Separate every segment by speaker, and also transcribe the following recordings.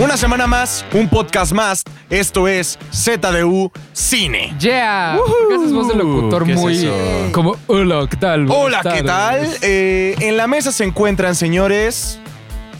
Speaker 1: Una semana más, un podcast más. Esto es ZDU Cine.
Speaker 2: Yeah. Porque esa es voz de locutor
Speaker 1: ¿Qué es
Speaker 2: muy
Speaker 1: eso?
Speaker 2: como hola, ¿qué tal? Buenas
Speaker 1: Hola, ¿qué tal?
Speaker 2: tardes".
Speaker 1: Eh, en la mesa se encuentran, señores,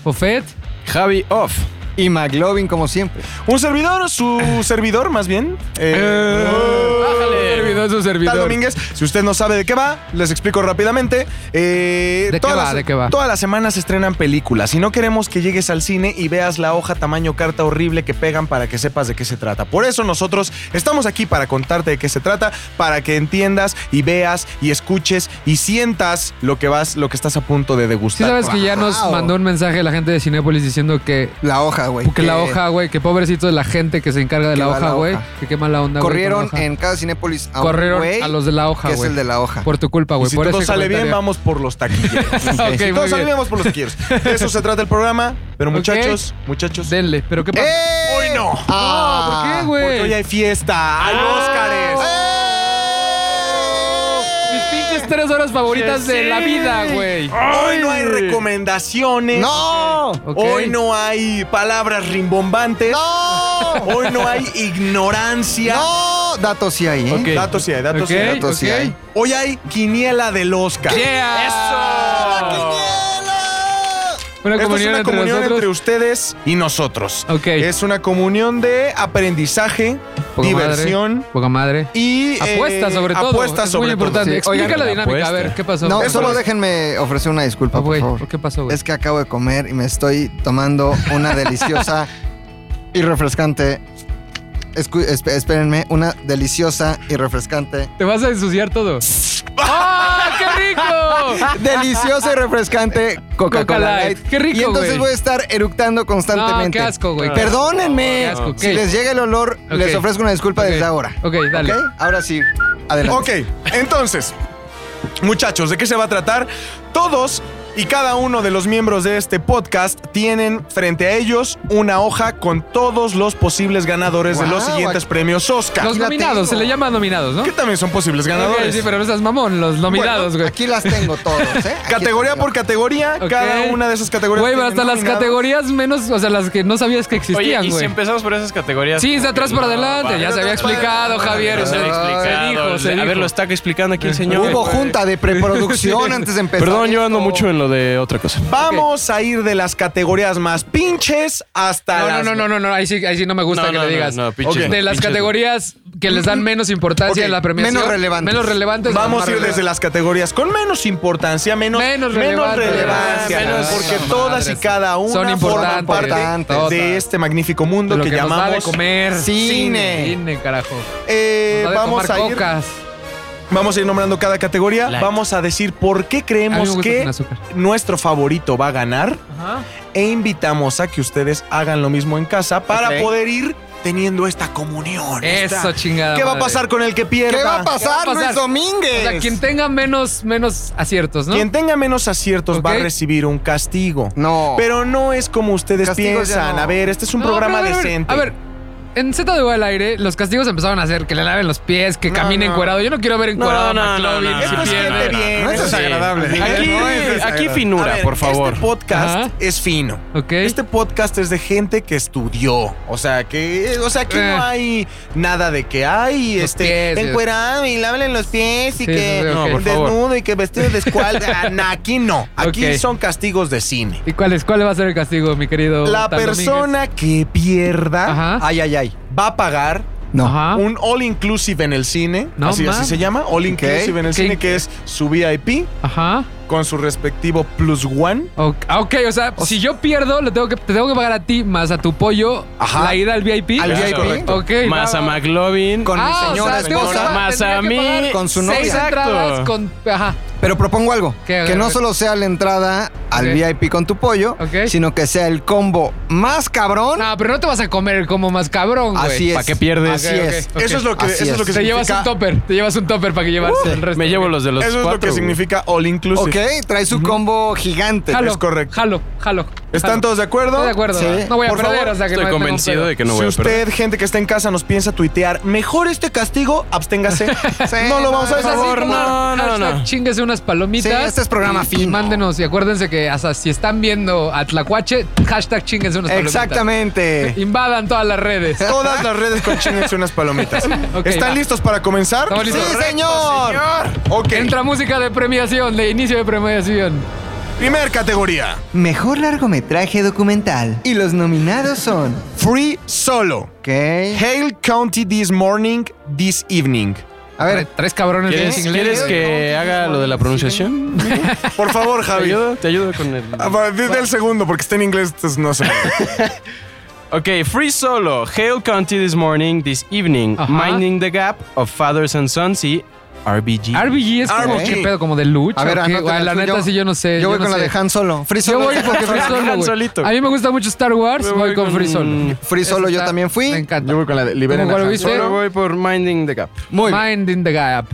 Speaker 2: Buffet.
Speaker 3: Javi Off y McLovin como siempre.
Speaker 1: un servidor, su servidor más bien. Eh,
Speaker 2: Bájale. Servidor, su
Speaker 1: Tal
Speaker 2: servidor.
Speaker 1: Domínguez. Si usted no sabe de qué va, les explico rápidamente. Eh,
Speaker 2: ¿De qué
Speaker 1: todas
Speaker 2: va?
Speaker 1: las-
Speaker 2: ¿De qué va?
Speaker 1: Todas las semanas se estrenan películas y no queremos que llegues al cine y veas la hoja tamaño carta horrible que pegan para que sepas de qué se trata. Por eso nosotros estamos aquí para contarte de qué se trata, para que entiendas y veas y escuches y sientas lo que vas, lo que estás a punto de
Speaker 2: Sí
Speaker 1: degustar.
Speaker 2: sabes que ya nos
Speaker 3: Wow.
Speaker 2: mandó un mensaje la gente de Cinépolis diciendo que
Speaker 3: La hoja, güey.
Speaker 2: que la hoja, güey, que pobrecito de la gente que se encarga de
Speaker 3: Que
Speaker 2: la
Speaker 3: va
Speaker 2: hoja,
Speaker 3: la
Speaker 2: güey,
Speaker 3: hoja.
Speaker 2: que qué mala onda, güey,
Speaker 3: Corrieron
Speaker 2: con la hoja.
Speaker 3: en cada Cinépolis
Speaker 1: ah,
Speaker 3: a un
Speaker 2: corrieron
Speaker 3: güey
Speaker 2: a los de la hoja,
Speaker 3: que
Speaker 2: güey.
Speaker 3: es el de la hoja.
Speaker 2: Por tu culpa,
Speaker 1: Y
Speaker 2: güey,
Speaker 1: si
Speaker 2: por
Speaker 1: todo
Speaker 2: ese
Speaker 1: sale bien,
Speaker 2: comentario.
Speaker 1: vamos por los taquilleros.
Speaker 2: Ok,
Speaker 1: si todo
Speaker 2: muy
Speaker 1: sale bien,
Speaker 2: bien.
Speaker 1: vamos por los taquilleros. De eso se trata el programa. Pero
Speaker 2: Ok.
Speaker 1: muchachos, muchachos.
Speaker 2: Denle, pero qué pasa?
Speaker 3: ¡Eh!
Speaker 1: Hoy no.
Speaker 2: No,
Speaker 3: Ah.
Speaker 2: ¿por qué,
Speaker 1: Porque hoy
Speaker 2: güey?
Speaker 1: hay fiesta, hay
Speaker 2: Ah.
Speaker 1: Óscares.
Speaker 2: Mis pinches tres horas favoritas
Speaker 1: Sí.
Speaker 2: de la vida, güey.
Speaker 1: Hoy no hay recomendaciones.
Speaker 3: ¡Eh! ¡No!
Speaker 2: Ok.
Speaker 1: Hoy no hay palabras rimbombantes.
Speaker 3: ¡No!
Speaker 1: Hoy no hay ignorancia.
Speaker 3: ¡No! Datos sí hay, ¿eh?
Speaker 2: Ok.
Speaker 1: Datos sí hay, datos sí hay.
Speaker 2: Ok,
Speaker 3: datos sí
Speaker 2: ok.
Speaker 3: hay.
Speaker 1: Hoy hay quiniela del Oscar.
Speaker 2: Yeah. Una
Speaker 1: Esto es
Speaker 2: comunión
Speaker 1: una
Speaker 2: entre
Speaker 1: comunión entre
Speaker 2: nosotros.
Speaker 1: ustedes y nosotros.
Speaker 2: Ok.
Speaker 1: Es una comunión de aprendizaje,
Speaker 2: Poca
Speaker 1: diversión
Speaker 2: madre, poca madre.
Speaker 1: y eh,
Speaker 2: Apuestas sobre todo.
Speaker 1: Apuestas
Speaker 2: es
Speaker 1: sobre
Speaker 2: muy importante.
Speaker 3: todo. Sí,
Speaker 2: Explica
Speaker 3: oigan,
Speaker 2: la dinámica.
Speaker 1: apuesta.
Speaker 2: A ver, ¿qué pasó?
Speaker 3: No,
Speaker 2: ¿Qué
Speaker 3: solo
Speaker 2: pasó?
Speaker 3: déjenme ofrecer una disculpa,
Speaker 2: Ah,
Speaker 3: por
Speaker 2: güey,
Speaker 3: favor.
Speaker 2: ¿Qué pasó, güey?
Speaker 3: Es que acabo de comer y me estoy tomando una deliciosa y refrescante. escu- esp- espérenme, una deliciosa y refrescante.
Speaker 2: Te vas a ensuciar todo. ¡Ah, qué rico!
Speaker 3: Deliciosa y refrescante Coca-Cola
Speaker 2: Coca
Speaker 3: Light.
Speaker 2: Light. Qué rico,
Speaker 3: Y entonces
Speaker 2: güey.
Speaker 3: voy a estar eructando
Speaker 2: No,
Speaker 3: constantemente.
Speaker 2: qué asco, güey. Qué
Speaker 3: Perdónenme.
Speaker 2: asco, ok.
Speaker 3: Si les llega el olor,
Speaker 2: Ok.
Speaker 3: les ofrezco una disculpa
Speaker 2: Ok.
Speaker 3: desde ahora.
Speaker 2: Ok, dale.
Speaker 3: ¿Ok? Ahora sí. Adelante.
Speaker 1: Ok, entonces, muchachos, ¿de qué se va a tratar? Todos y cada uno de los miembros de este podcast tienen frente a ellos una hoja con todos los posibles ganadores de los
Speaker 3: Guau,
Speaker 1: siguientes premios Oscar.
Speaker 2: Los
Speaker 3: la
Speaker 2: nominados, se
Speaker 3: tengo.
Speaker 2: le llama nominados, ¿no?
Speaker 1: Que también son posibles ganadores.
Speaker 2: Ok, sí, pero no seas mamón, los nominados, güey.
Speaker 3: Aquí las tengo todas, ¿eh? Aquí
Speaker 1: Categoría
Speaker 3: tengo.
Speaker 1: por categoría,
Speaker 2: Ok.
Speaker 1: cada una de esas categorías.
Speaker 2: Güey, pero
Speaker 1: tiene
Speaker 2: hasta las
Speaker 1: nominados.
Speaker 2: categorías menos, o sea, las que no sabías que
Speaker 4: Oye,
Speaker 2: existían,
Speaker 4: y si
Speaker 2: güey.
Speaker 4: empezamos por esas categorías.
Speaker 2: Sí, de atrás para
Speaker 4: No,
Speaker 2: adelante,
Speaker 4: va,
Speaker 2: ya
Speaker 4: de
Speaker 2: se había
Speaker 4: atrás para
Speaker 2: explicado,
Speaker 4: adelante,
Speaker 2: Javier.
Speaker 4: ya se había
Speaker 3: Ay,
Speaker 4: explicado.
Speaker 2: se dijo, se
Speaker 4: A
Speaker 2: dijo.
Speaker 4: ver, lo está explicando aquí el señor.
Speaker 3: Hubo
Speaker 4: güey.
Speaker 3: junta de preproducción antes de empezar.
Speaker 4: Perdón, yo ando
Speaker 3: esto.
Speaker 4: mucho en lo de otra cosa.
Speaker 1: Vamos a ir de las categorías más pinches hasta
Speaker 2: No, no,
Speaker 1: las.
Speaker 2: no, no, no, no, ahí sí, ahí sí no me gusta
Speaker 4: No,
Speaker 2: que
Speaker 4: no,
Speaker 2: le
Speaker 4: no,
Speaker 2: digas.
Speaker 4: no, pinches
Speaker 1: Ok.
Speaker 4: no,
Speaker 2: De las
Speaker 4: pinches no.
Speaker 2: categorías que les dan menos importancia
Speaker 3: Ok,
Speaker 2: en la premiación.
Speaker 3: menos relevantes.
Speaker 2: Menos relevantes.
Speaker 1: Vamos
Speaker 2: más
Speaker 1: a ir
Speaker 2: relevantes.
Speaker 1: desde las categorías con menos importancia, menos,
Speaker 2: Menos relevante.
Speaker 1: relevancia,
Speaker 4: Menos-
Speaker 1: porque
Speaker 2: Menos
Speaker 1: todas y
Speaker 2: madres.
Speaker 1: cada una
Speaker 2: Son
Speaker 1: forman parte
Speaker 3: importantes.
Speaker 1: de este magnífico mundo
Speaker 2: Lo
Speaker 1: que,
Speaker 2: que, nos va de
Speaker 1: llamamos.
Speaker 2: comer.
Speaker 3: cine.
Speaker 2: Cine, carajo.
Speaker 1: Eh,
Speaker 2: Nos va de
Speaker 1: vamos a
Speaker 2: tomar
Speaker 1: ir,
Speaker 2: cocas.
Speaker 1: vamos a ir nombrando cada categoría.
Speaker 4: Light.
Speaker 1: Vamos a decir por qué
Speaker 2: A mí me
Speaker 1: creemos
Speaker 2: gusta
Speaker 1: que
Speaker 2: sin azúcar.
Speaker 1: nuestro favorito va a ganar
Speaker 2: Ajá.
Speaker 1: e invitamos a que ustedes hagan lo mismo en casa para
Speaker 3: Ok.
Speaker 1: poder ir teniendo esta comunión.
Speaker 2: Eso,
Speaker 1: esta-
Speaker 2: chingada.
Speaker 1: ¿Qué va a
Speaker 2: madre.
Speaker 1: pasar con el que pierda?
Speaker 3: ¿Qué va a pasar,
Speaker 2: ¿Qué va a pasar?
Speaker 3: Luis Domínguez?
Speaker 2: O sea, quien tenga menos, menos aciertos, ¿no?
Speaker 1: Quien tenga menos aciertos va a
Speaker 2: Ok.
Speaker 1: recibir un castigo.
Speaker 3: No.
Speaker 1: Pero no es como ustedes
Speaker 3: Castigos ya
Speaker 1: piensan.
Speaker 3: no.
Speaker 1: A ver, este es un
Speaker 2: No,
Speaker 1: programa
Speaker 2: pero a ver, a ver,
Speaker 1: decente.
Speaker 2: A ver, en Z al aire, los castigos empezaron a ser que le laven los pies, que
Speaker 1: No,
Speaker 2: camine
Speaker 1: no.
Speaker 2: encuerado. Yo no quiero ver encuerado
Speaker 4: no,
Speaker 2: a McLovin.
Speaker 4: no, no,
Speaker 2: si
Speaker 1: esto es
Speaker 4: no,
Speaker 2: pierde.
Speaker 1: gente
Speaker 4: no,
Speaker 1: bien.
Speaker 3: no,
Speaker 1: esto
Speaker 3: es
Speaker 1: es
Speaker 3: desagradable.
Speaker 1: agradable.
Speaker 4: Aquí,
Speaker 3: No, es desagradable.
Speaker 4: aquí
Speaker 1: A
Speaker 4: finura,
Speaker 1: ver,
Speaker 4: por favor.
Speaker 1: Este podcast
Speaker 2: Ajá.
Speaker 1: es fino.
Speaker 2: Ok.
Speaker 1: Este podcast es de gente que estudió. O sea, que. O sea, aquí
Speaker 2: Eh.
Speaker 1: no hay nada de que hay.
Speaker 2: Los
Speaker 1: este.
Speaker 2: pies, Dios.
Speaker 1: encuerado y lávenle los pies y
Speaker 2: Sí,
Speaker 1: que.
Speaker 2: sí, sí, ok. No, por
Speaker 4: favor.
Speaker 1: desnudo y que vestido de escuadra. Nah, aquí no. Aquí
Speaker 2: Ok.
Speaker 1: son castigos de cine.
Speaker 2: ¿Y cuál, es, cuál va a ser el castigo, mi querido?
Speaker 1: La
Speaker 2: Tan
Speaker 1: persona que pierda
Speaker 2: Ajá.
Speaker 3: Ay, ay, ay.
Speaker 1: va a pagar
Speaker 3: No.
Speaker 2: Ajá.
Speaker 1: un all inclusive en el cine.
Speaker 2: Ah. No
Speaker 1: así, así
Speaker 2: mames.
Speaker 1: se llama, all inclusive en el
Speaker 2: Ok.
Speaker 1: cine, que es su VIP
Speaker 2: Ajá.
Speaker 1: con su respectivo plus one.
Speaker 2: Ok, ah, ok, o sea, si yo pierdo, le tengo que, te tengo que pagar a ti más a tu pollo
Speaker 1: Ajá.
Speaker 2: la ida al VIP.
Speaker 3: Al
Speaker 4: Claro.
Speaker 3: VIP.
Speaker 2: Ok.
Speaker 4: Más
Speaker 2: va,
Speaker 4: a
Speaker 2: va.
Speaker 4: McLovin.
Speaker 3: Con
Speaker 2: Ah,
Speaker 3: mi
Speaker 2: o
Speaker 3: señora
Speaker 2: sea, tengo que
Speaker 3: esposa.
Speaker 2: pagar-
Speaker 4: Más a
Speaker 2: tendría que
Speaker 4: mí.
Speaker 2: pagar
Speaker 3: Con su
Speaker 2: Seis
Speaker 3: novia.
Speaker 2: entradas con. Ajá.
Speaker 3: Pero propongo algo.
Speaker 2: ¿Qué? A ver,
Speaker 3: Que
Speaker 2: a
Speaker 3: no
Speaker 2: ver.
Speaker 3: solo sea la entrada al
Speaker 2: Ok.
Speaker 3: VIP con tu pollo,
Speaker 2: Ok. Ah,
Speaker 3: sino que sea el combo más cabrón.
Speaker 2: No, pero no te vas a comer como más cabrón, güey.
Speaker 3: así es.
Speaker 4: ¿Para qué pierdes?
Speaker 3: Así
Speaker 2: Ok,
Speaker 3: es.
Speaker 2: ok.
Speaker 1: Eso es lo que,
Speaker 3: Así
Speaker 1: eso es lo que
Speaker 2: Te llevas
Speaker 1: significa. Uh,
Speaker 2: un topper, te llevas un topper para que llevarse el resto.
Speaker 4: Me llevo los de los
Speaker 1: eso es lo
Speaker 4: cuatro.
Speaker 1: que
Speaker 4: güey.
Speaker 1: significa all inclusive.
Speaker 3: Ok, trae su combo gigante.
Speaker 2: Jalo,
Speaker 1: Es correcto.
Speaker 2: Jalo, jalo.
Speaker 1: ¿Están todos de acuerdo?
Speaker 2: Estoy de acuerdo.
Speaker 3: Sí.
Speaker 2: No voy a
Speaker 1: Por
Speaker 2: perder,
Speaker 1: favor,
Speaker 2: o sea que
Speaker 4: Estoy
Speaker 2: no tengo un
Speaker 4: convencido
Speaker 2: pedo.
Speaker 4: de que no
Speaker 1: si
Speaker 4: voy a perder.
Speaker 1: usted, gente que está en casa, nos piensa tuitear, mejor este castigo, absténgase. no lo vamos a
Speaker 3: no,
Speaker 2: Es Pues así
Speaker 1: hacer.
Speaker 4: favor,
Speaker 2: como
Speaker 4: no, no,
Speaker 2: hashtag
Speaker 4: no.
Speaker 2: Chíngase unas palomitas.
Speaker 3: Sí, este es programa
Speaker 2: y- Y
Speaker 3: fino.
Speaker 2: mándenos. Y acuérdense que hasta si están viendo a Tlacuache, hashtag chinguese unas palomitas.
Speaker 1: Exactamente.
Speaker 2: Invadan todas las redes.
Speaker 1: Todas las redes con chingues unas palomitas.
Speaker 2: Ok,
Speaker 1: ¿Están
Speaker 2: va.
Speaker 1: listos para comenzar?
Speaker 2: Estamos listos.
Speaker 1: ¡Sí,
Speaker 2: Correcto,
Speaker 1: señor! Ok.
Speaker 2: Entra música de premiación, de inicio de premiación.
Speaker 1: Primer categoría.
Speaker 3: Mejor largometraje documental. Y los nominados son.
Speaker 1: Free Solo.
Speaker 3: Ok.
Speaker 1: Hale County This Morning, This Evening.
Speaker 3: A ver,
Speaker 2: Tres cabrones de
Speaker 4: ¿Quieres,
Speaker 2: inglés.
Speaker 4: quieres que haga lo de la pronunciación?
Speaker 1: Por favor,
Speaker 4: Te
Speaker 1: Javi.
Speaker 4: ayudo, te ayudo con el...
Speaker 1: A partir del segundo, porque está en inglés, entonces no sé.
Speaker 4: Ok, Free Solo, Hail County This Morning, This Evening,
Speaker 2: Ajá.
Speaker 4: Minding the Gap of Fathers and Sons y RBG.
Speaker 2: RBG es como,
Speaker 1: RBG.
Speaker 2: ¿qué pedo? Como de lucha.
Speaker 3: a ver,
Speaker 2: ¿o qué?
Speaker 3: anótenla
Speaker 2: Güey, La
Speaker 3: tú,
Speaker 2: neta, sí, yo no sé.
Speaker 3: Yo, voy
Speaker 2: no
Speaker 3: con la
Speaker 2: sé.
Speaker 3: de Han Solo. Free
Speaker 2: Yo
Speaker 3: Solo.
Speaker 2: voy porque Free Solo,
Speaker 4: Han
Speaker 2: güey.
Speaker 4: solito.
Speaker 2: A mí me gusta mucho Star Wars,
Speaker 4: Me
Speaker 2: voy, con Free Solo.
Speaker 3: Free Solo,
Speaker 2: Esa
Speaker 3: yo
Speaker 2: está-
Speaker 3: también fui.
Speaker 2: Me encanta.
Speaker 1: voy con la de
Speaker 2: Liberen ¿Cómo a cuál Han viste?
Speaker 4: Solo voy por Minding the Gap.
Speaker 3: Muy bien.
Speaker 2: Mind in the Gap.